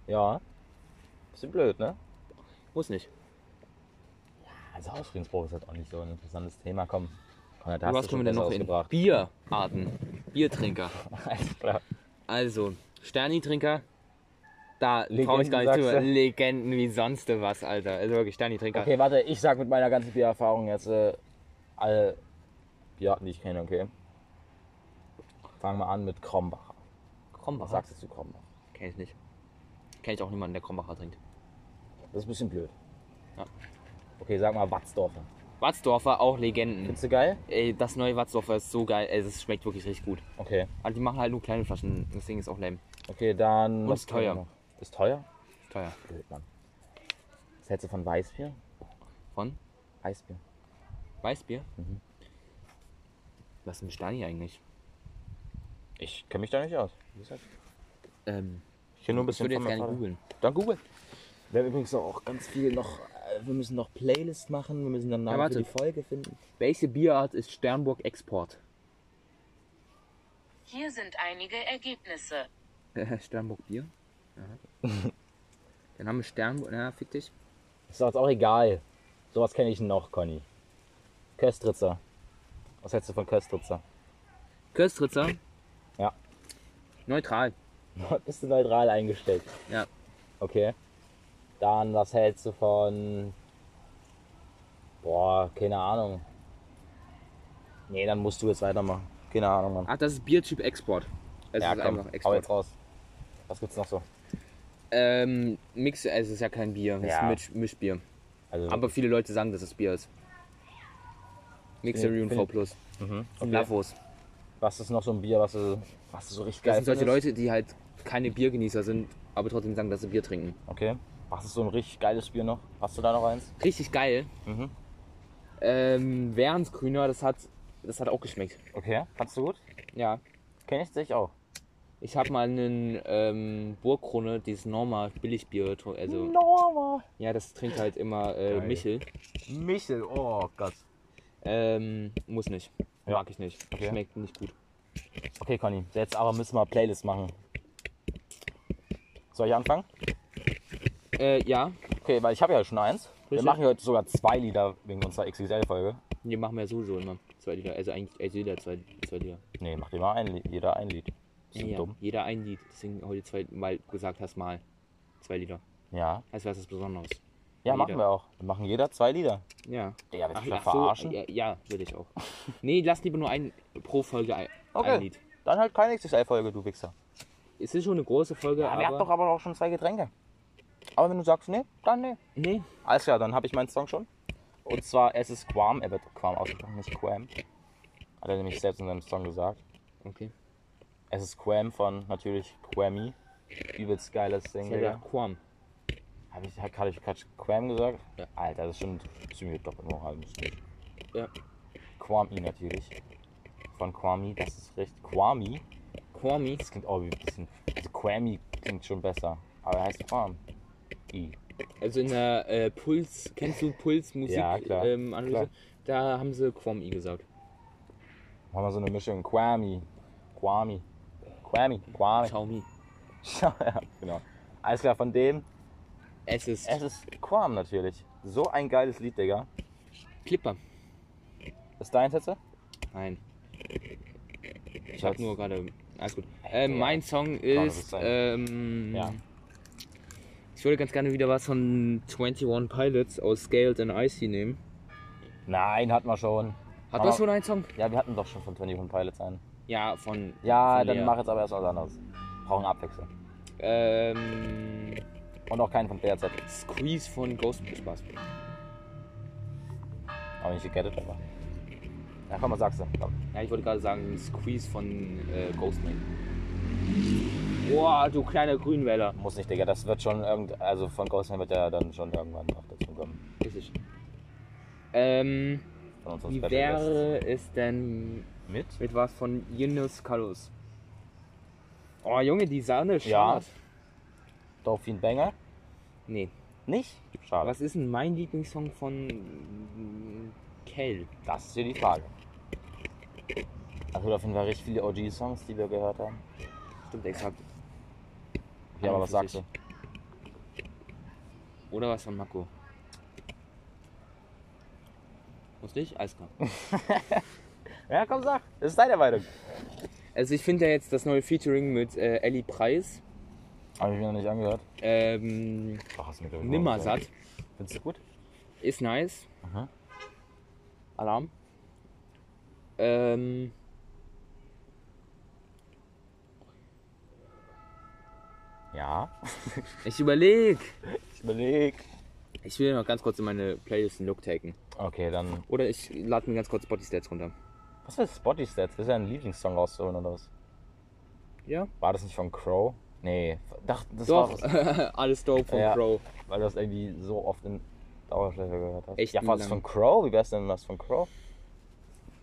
Ja. Bisschen blöd, ne? Muss nicht. Also Hausfriedensbruch ist halt auch nicht so ein interessantes Thema. Komm, Konrad, da Aber hast was du können schon wir denn besser ausgebracht. noch in Bierarten? Biertrinker. Alles klar. Also, Sterni-Trinker. Da Legenden, traue ich gar nicht sagst drüber. du? Legenden wie sonst was, Alter. Also wirklich, Sterni-Trinker. Okay, warte, ich sag mit meiner ganzen Biererfahrung jetzt äh, alle Bierarten, die ich kenne, okay? Fangen wir an mit Krombacher. Was Krombacher. sagst du zu Krombacher? Kenn ich nicht. Kenn ich auch niemanden, der Krombacher trinkt. Das ist ein bisschen blöd. Ja. Okay, sag mal Watzdorfer. Watzdorfer, auch Legenden. Findest du geil? Ey, das neue Watzdorfer ist so geil. Ey, es schmeckt wirklich richtig gut. Okay, Aber die machen halt nur kleine Flaschen. Das Ding ist auch lame. okay, dann... Und was ist teuer. kennen wir noch? Ist teuer? Teuer. Blöd, Mann. Was hältst du von Weißbier? Von Eisbier. Weißbier? Mhm. Was ist ein Stani eigentlich? Ich kenne mich da nicht aus. Ähm, Ich kenne nur ein ich würde jetzt gerne googeln. Dann googeln. Wir haben übrigens auch ganz viel noch. äh, Wir müssen noch Playlist machen, wir müssen dann Ja, Namen für warte. die Folge finden. Welche Bierart ist Sternburg Export? Hier sind einige Ergebnisse. Sternburg Bier? Der Name Sternburg, na, fick dich. Ist doch jetzt auch egal. Sowas kenne ich noch, Conny. Köstritzer. Was hältst du von Köstritzer? Köstritzer? Ja. Neutral. Bist du neutral eingestellt? Ja. Okay. Dann, was hältst du von. Boah, keine Ahnung. Nee, dann musst du jetzt weitermachen. Keine Ahnung, Mann. Ach, das ist Biertyp Export. Es ja, Ah, ist komm, einfach hau Export. jetzt raus. Was gibt's noch so? Ähm, Mix, es ist ja kein Bier, es Ja. ist Misch, Mischbier. Also, Aber viele Leute sagen, dass es Bier ist. Mixery Nee, und find- V Plus. mhm. Und okay. Lavos. was ist noch so ein Bier, was du, was du so richtig Das geil sind solche findest? Leute, die halt keine Biergenießer sind, aber trotzdem sagen, dass sie Bier trinken. Okay. Was ist so ein richtig geiles Bier noch? Hast du da noch eins? Richtig geil. Mhm. Ähm, Währensgrüner, das hat, das hat auch geschmeckt. Okay. Kannst du gut? Ja. Kenn ich dich auch. Ich habe mal einen ähm, Burgkrone, dieses Norma Billigbier. tr- Also, Norma. Ja, das trinkt halt immer äh, Geil. Michel. Michel, oh Gott. Ähm, muss nicht. Ja. Mag ich nicht. Okay. Schmeckt nicht gut. Okay, Conny, jetzt aber müssen wir Playlist machen. Soll ich anfangen? Äh, ja. Okay, weil ich habe ja schon eins. Wir Richtig. machen heute sogar zwei Lieder wegen unserer XXL-Folge. Wir machen ja sowieso immer zwei Lieder. Also eigentlich also jeder zwei, zwei Lieder. Nee, macht immer ein Lied, jeder ein Lied. Ist Ja, dumm. Jeder ein Lied. Deswegen heute zwei Mal gesagt hast, mal zwei Lieder. Ja. Heißt, was ist Besonderes? Ja, Lieder. machen wir auch. Wir machen jeder zwei Lieder. Ja. Digga, willst du mich ach verarschen? ja, ja, will ich auch. nee, lass lieber nur ein pro Folge ein, Okay. ein Lied. Dann halt keine XXL-Folge, du Wichser. Es ist schon eine große Folge, Ja, aber... wir hatten doch aber auch schon zwei Getränke. Aber wenn du sagst, nee, dann nee. nee, Alles klar, dann habe ich meinen Song schon. Und zwar, es ist Quam, er wird Quam ausgesprochen, nicht Quam. Hat er nämlich selbst in seinem Song gesagt. okay. Es ist Quam von natürlich Quammy. Übelst geiles Ding, Ich hätte Digga. gedacht, Quam. Habe ich gerade ich grad Quam gesagt? Ja. Alter, das ist schon ziemlich Doppelmoral. das stimmt. Ja. Quami natürlich. Von Quami, das ist recht. Quami, Quami. das klingt auch wie ein bisschen. Also Quami klingt schon besser. Aber er heißt Quam. I. Also in der äh, Puls, kennst du Puls Musik Ja, klar. ähm, Analyse? Klar. Da haben sie Quami gesagt. Machen wir so eine Mischung. Quami. Quami. Quami. Quami. Xiaomi. ja, genau. Alles klar, von dem. Es ist Es ist Quam natürlich. So ein geiles Lied, Digga. Clipper. Ist dein Sätze? Mhm. Nein. Ich habe Schatz. nur gerade. Alles gut. Ey, Ähm, ja. mein Song Kann das ist. sein? Ähm, Ja. Ich würde ganz gerne wieder was von 21 Pilots aus Scaled and Icy nehmen. Nein, hatten wir schon. Hat Aber- man schon einen Song? Ja, wir hatten doch schon von 21 Pilots einen. Ja, von. Ja, von dann der- mach jetzt aber erst was anderes. Brauchen Abwechslung. Ähm, Und auch keinen von BRZ. Squeeze von Ghost Spaß. Aber nicht gegettet, aber. Ja, komm, was sagst du? Komm. Ja, ich wollte gerade sagen, Squeeze von äh, Ghostman. Boah, du kleiner Grünwälder. Muss nicht, Digga. Das wird schon irgend. Also von Ghostman wird ja dann schon irgendwann noch dazu kommen. Richtig. Ähm, Von unserem wie Special Guest. wäre es denn Mit? mit was von Yunus Kalus? Oh, Junge, die Sahne Ja. schad. Dolphin Banger? Nee. Nicht? Schade. Was ist denn mein Lieblingssong von mm, Kell? Das ist hier die Frage. Also auf jeden Fall richtig viele OG-Songs, die wir gehört haben. Stimmt, exakt. Ja, aber was für sagst sich. du? Oder was von Mako? Muss nicht? Alles klar. Ja, komm, sag. Das ist deine Meinung. Also ich finde ja jetzt das neue Featuring mit äh, Ellie Preis, Habe ich mir noch nicht angehört. ähm, Ach, hast du mir glaub ich, mal Nimmersatt, erzählt. Findest du gut? ist nice. Aha. Alarm. Ähm, Ja. ich überleg. Ich überleg. Ich will noch ganz kurz in meine Playlist einen Look taken. Okay, dann Oder ich lade mir ganz kurz Body Stats runter. Was für Spotty Stats? Willst du deinen Lieblingssong rausholen oder was? Ja. War das nicht von Crow? Nee, dachte das Doch, war alles dope von Ja. Crow. weil das irgendwie so oft in Dauerschleifer gehört hast. Echt ja, was lang. von Crow? Wie wär's denn was von Crow?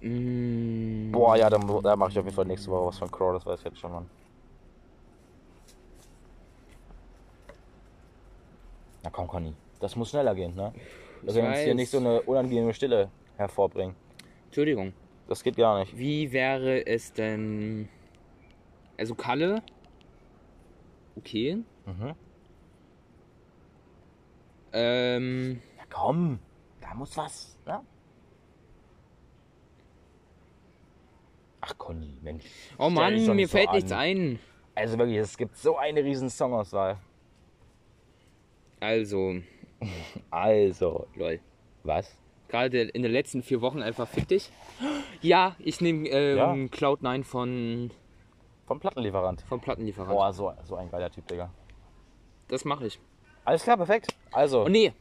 Mm, Boah, ja, dann da mache ich auf jeden Fall nächste Woche was von Crow, das weiß ich jetzt schon, Mann. Na komm, Conny, das muss schneller gehen, ne? Dass wir uns hier weiß. nicht so eine unangenehme Stille hervorbringen. Entschuldigung. Das geht gar nicht. Wie wäre es denn? Also Kalle. Okay. Mhm. Ähm, Na komm, da muss was, ne? Ach Conny, Mensch. Stell oh dich Mann, doch mir nicht so fällt an. nichts ein. Also wirklich, es gibt so eine riesen Songauswahl. Also, Also, lol. was? Gerade in den letzten vier Wochen einfach fick dich. Ja, ich nehme ähm, Cloud9 von, Vom Plattenlieferant. von Plattenlieferant. Boah, so, so ein geiler Typ, Digga. Das mache ich. Alles klar, perfekt. Also, Oh nee,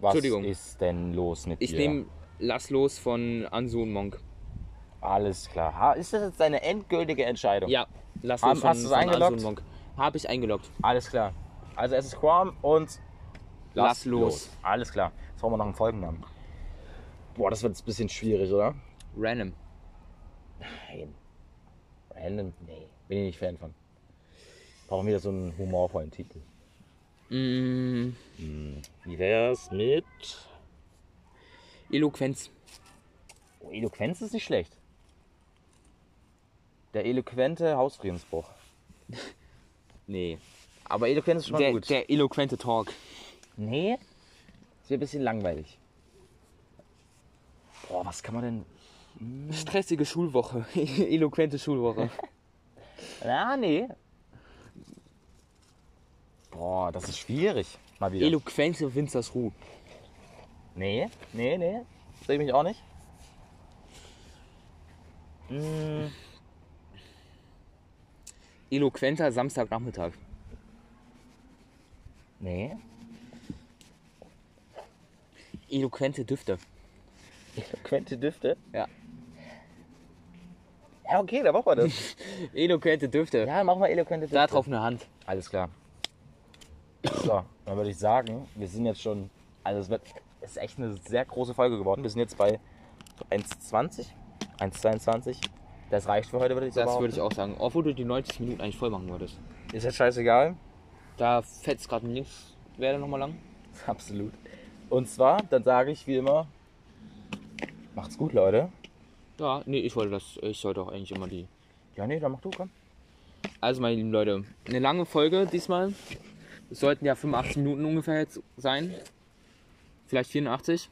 was Entschuldigung. ist denn los mit ich dir? nehme Lass los von Ansu und Monk. Alles klar. Ha, ist das jetzt deine endgültige Entscheidung? Ja, Lass Haben- los von, hast du's von eingeloggt? Ansu und Monk. Habe ich eingeloggt. Alles klar. Also, es ist Quam und Lass los. Alles klar. Jetzt brauchen wir noch einen Folgennamen. Boah, das wird jetzt ein bisschen schwierig, oder? Random. Nein. Random? Nee. Bin ich nicht Fan von. Brauchen wieder so einen humorvollen Titel. Hm, Mm, Wie wär's mit. Eloquenz. Oh, Eloquenz ist nicht schlecht. Der eloquente Hausfriedensbruch. Nee. Aber Eloquenz ist schon mal Der, gut. der eloquente Talk. Nee, ist mir ein bisschen langweilig. Boah, was kann man denn. Stressige Schulwoche. eloquente Schulwoche. Ah, nee. Boah, das ist schwierig. Mal wieder. Eloquente Winzersruh. nee, nee, nee. Sehe ich mich auch nicht. Mm, Eloquenter Samstagnachmittag. nee. Eloquente Düfte. Eloquente Düfte. Ja. Ja, okay, da machen wir das. Eloquente Düfte. ja, machen wir eloquente Düfte. Da drauf eine Hand. Alles klar. So, dann würde ich sagen, wir sind jetzt schon. Also, es wird, es ist echt eine sehr große Folge geworden. Wir sind jetzt bei 1,20, 1,22. Das reicht für heute, würde ich sagen. Das würde ich auch sagen. Obwohl du die 90 Minuten eigentlich voll machen würdest. Ist jetzt scheißegal. Da fetzt gerade nichts. Wäre nochmal lang. Absolut. Und zwar, dann sage ich wie immer: Macht's gut, Leute. Ja, nee, ich wollte das. Ich sollte auch eigentlich immer die. Ja, nee, dann mach du, komm. Also, meine lieben Leute, eine lange Folge diesmal. Es sollten ja 85 Minuten ungefähr jetzt sein. Vielleicht 84.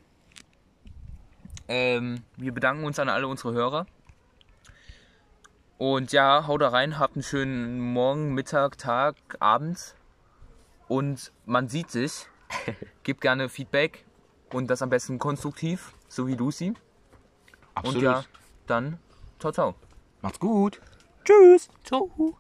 Ähm, wir bedanken uns an alle unsere Hörer. Und ja, haut da rein, habt einen schönen Morgen, Mittag, Tag, Abend. Und man sieht sich. Gebt gerne Feedback. Und das am besten konstruktiv, so wie Lucy. Und ja, dann ciao, ciao. Macht's gut. Ciao.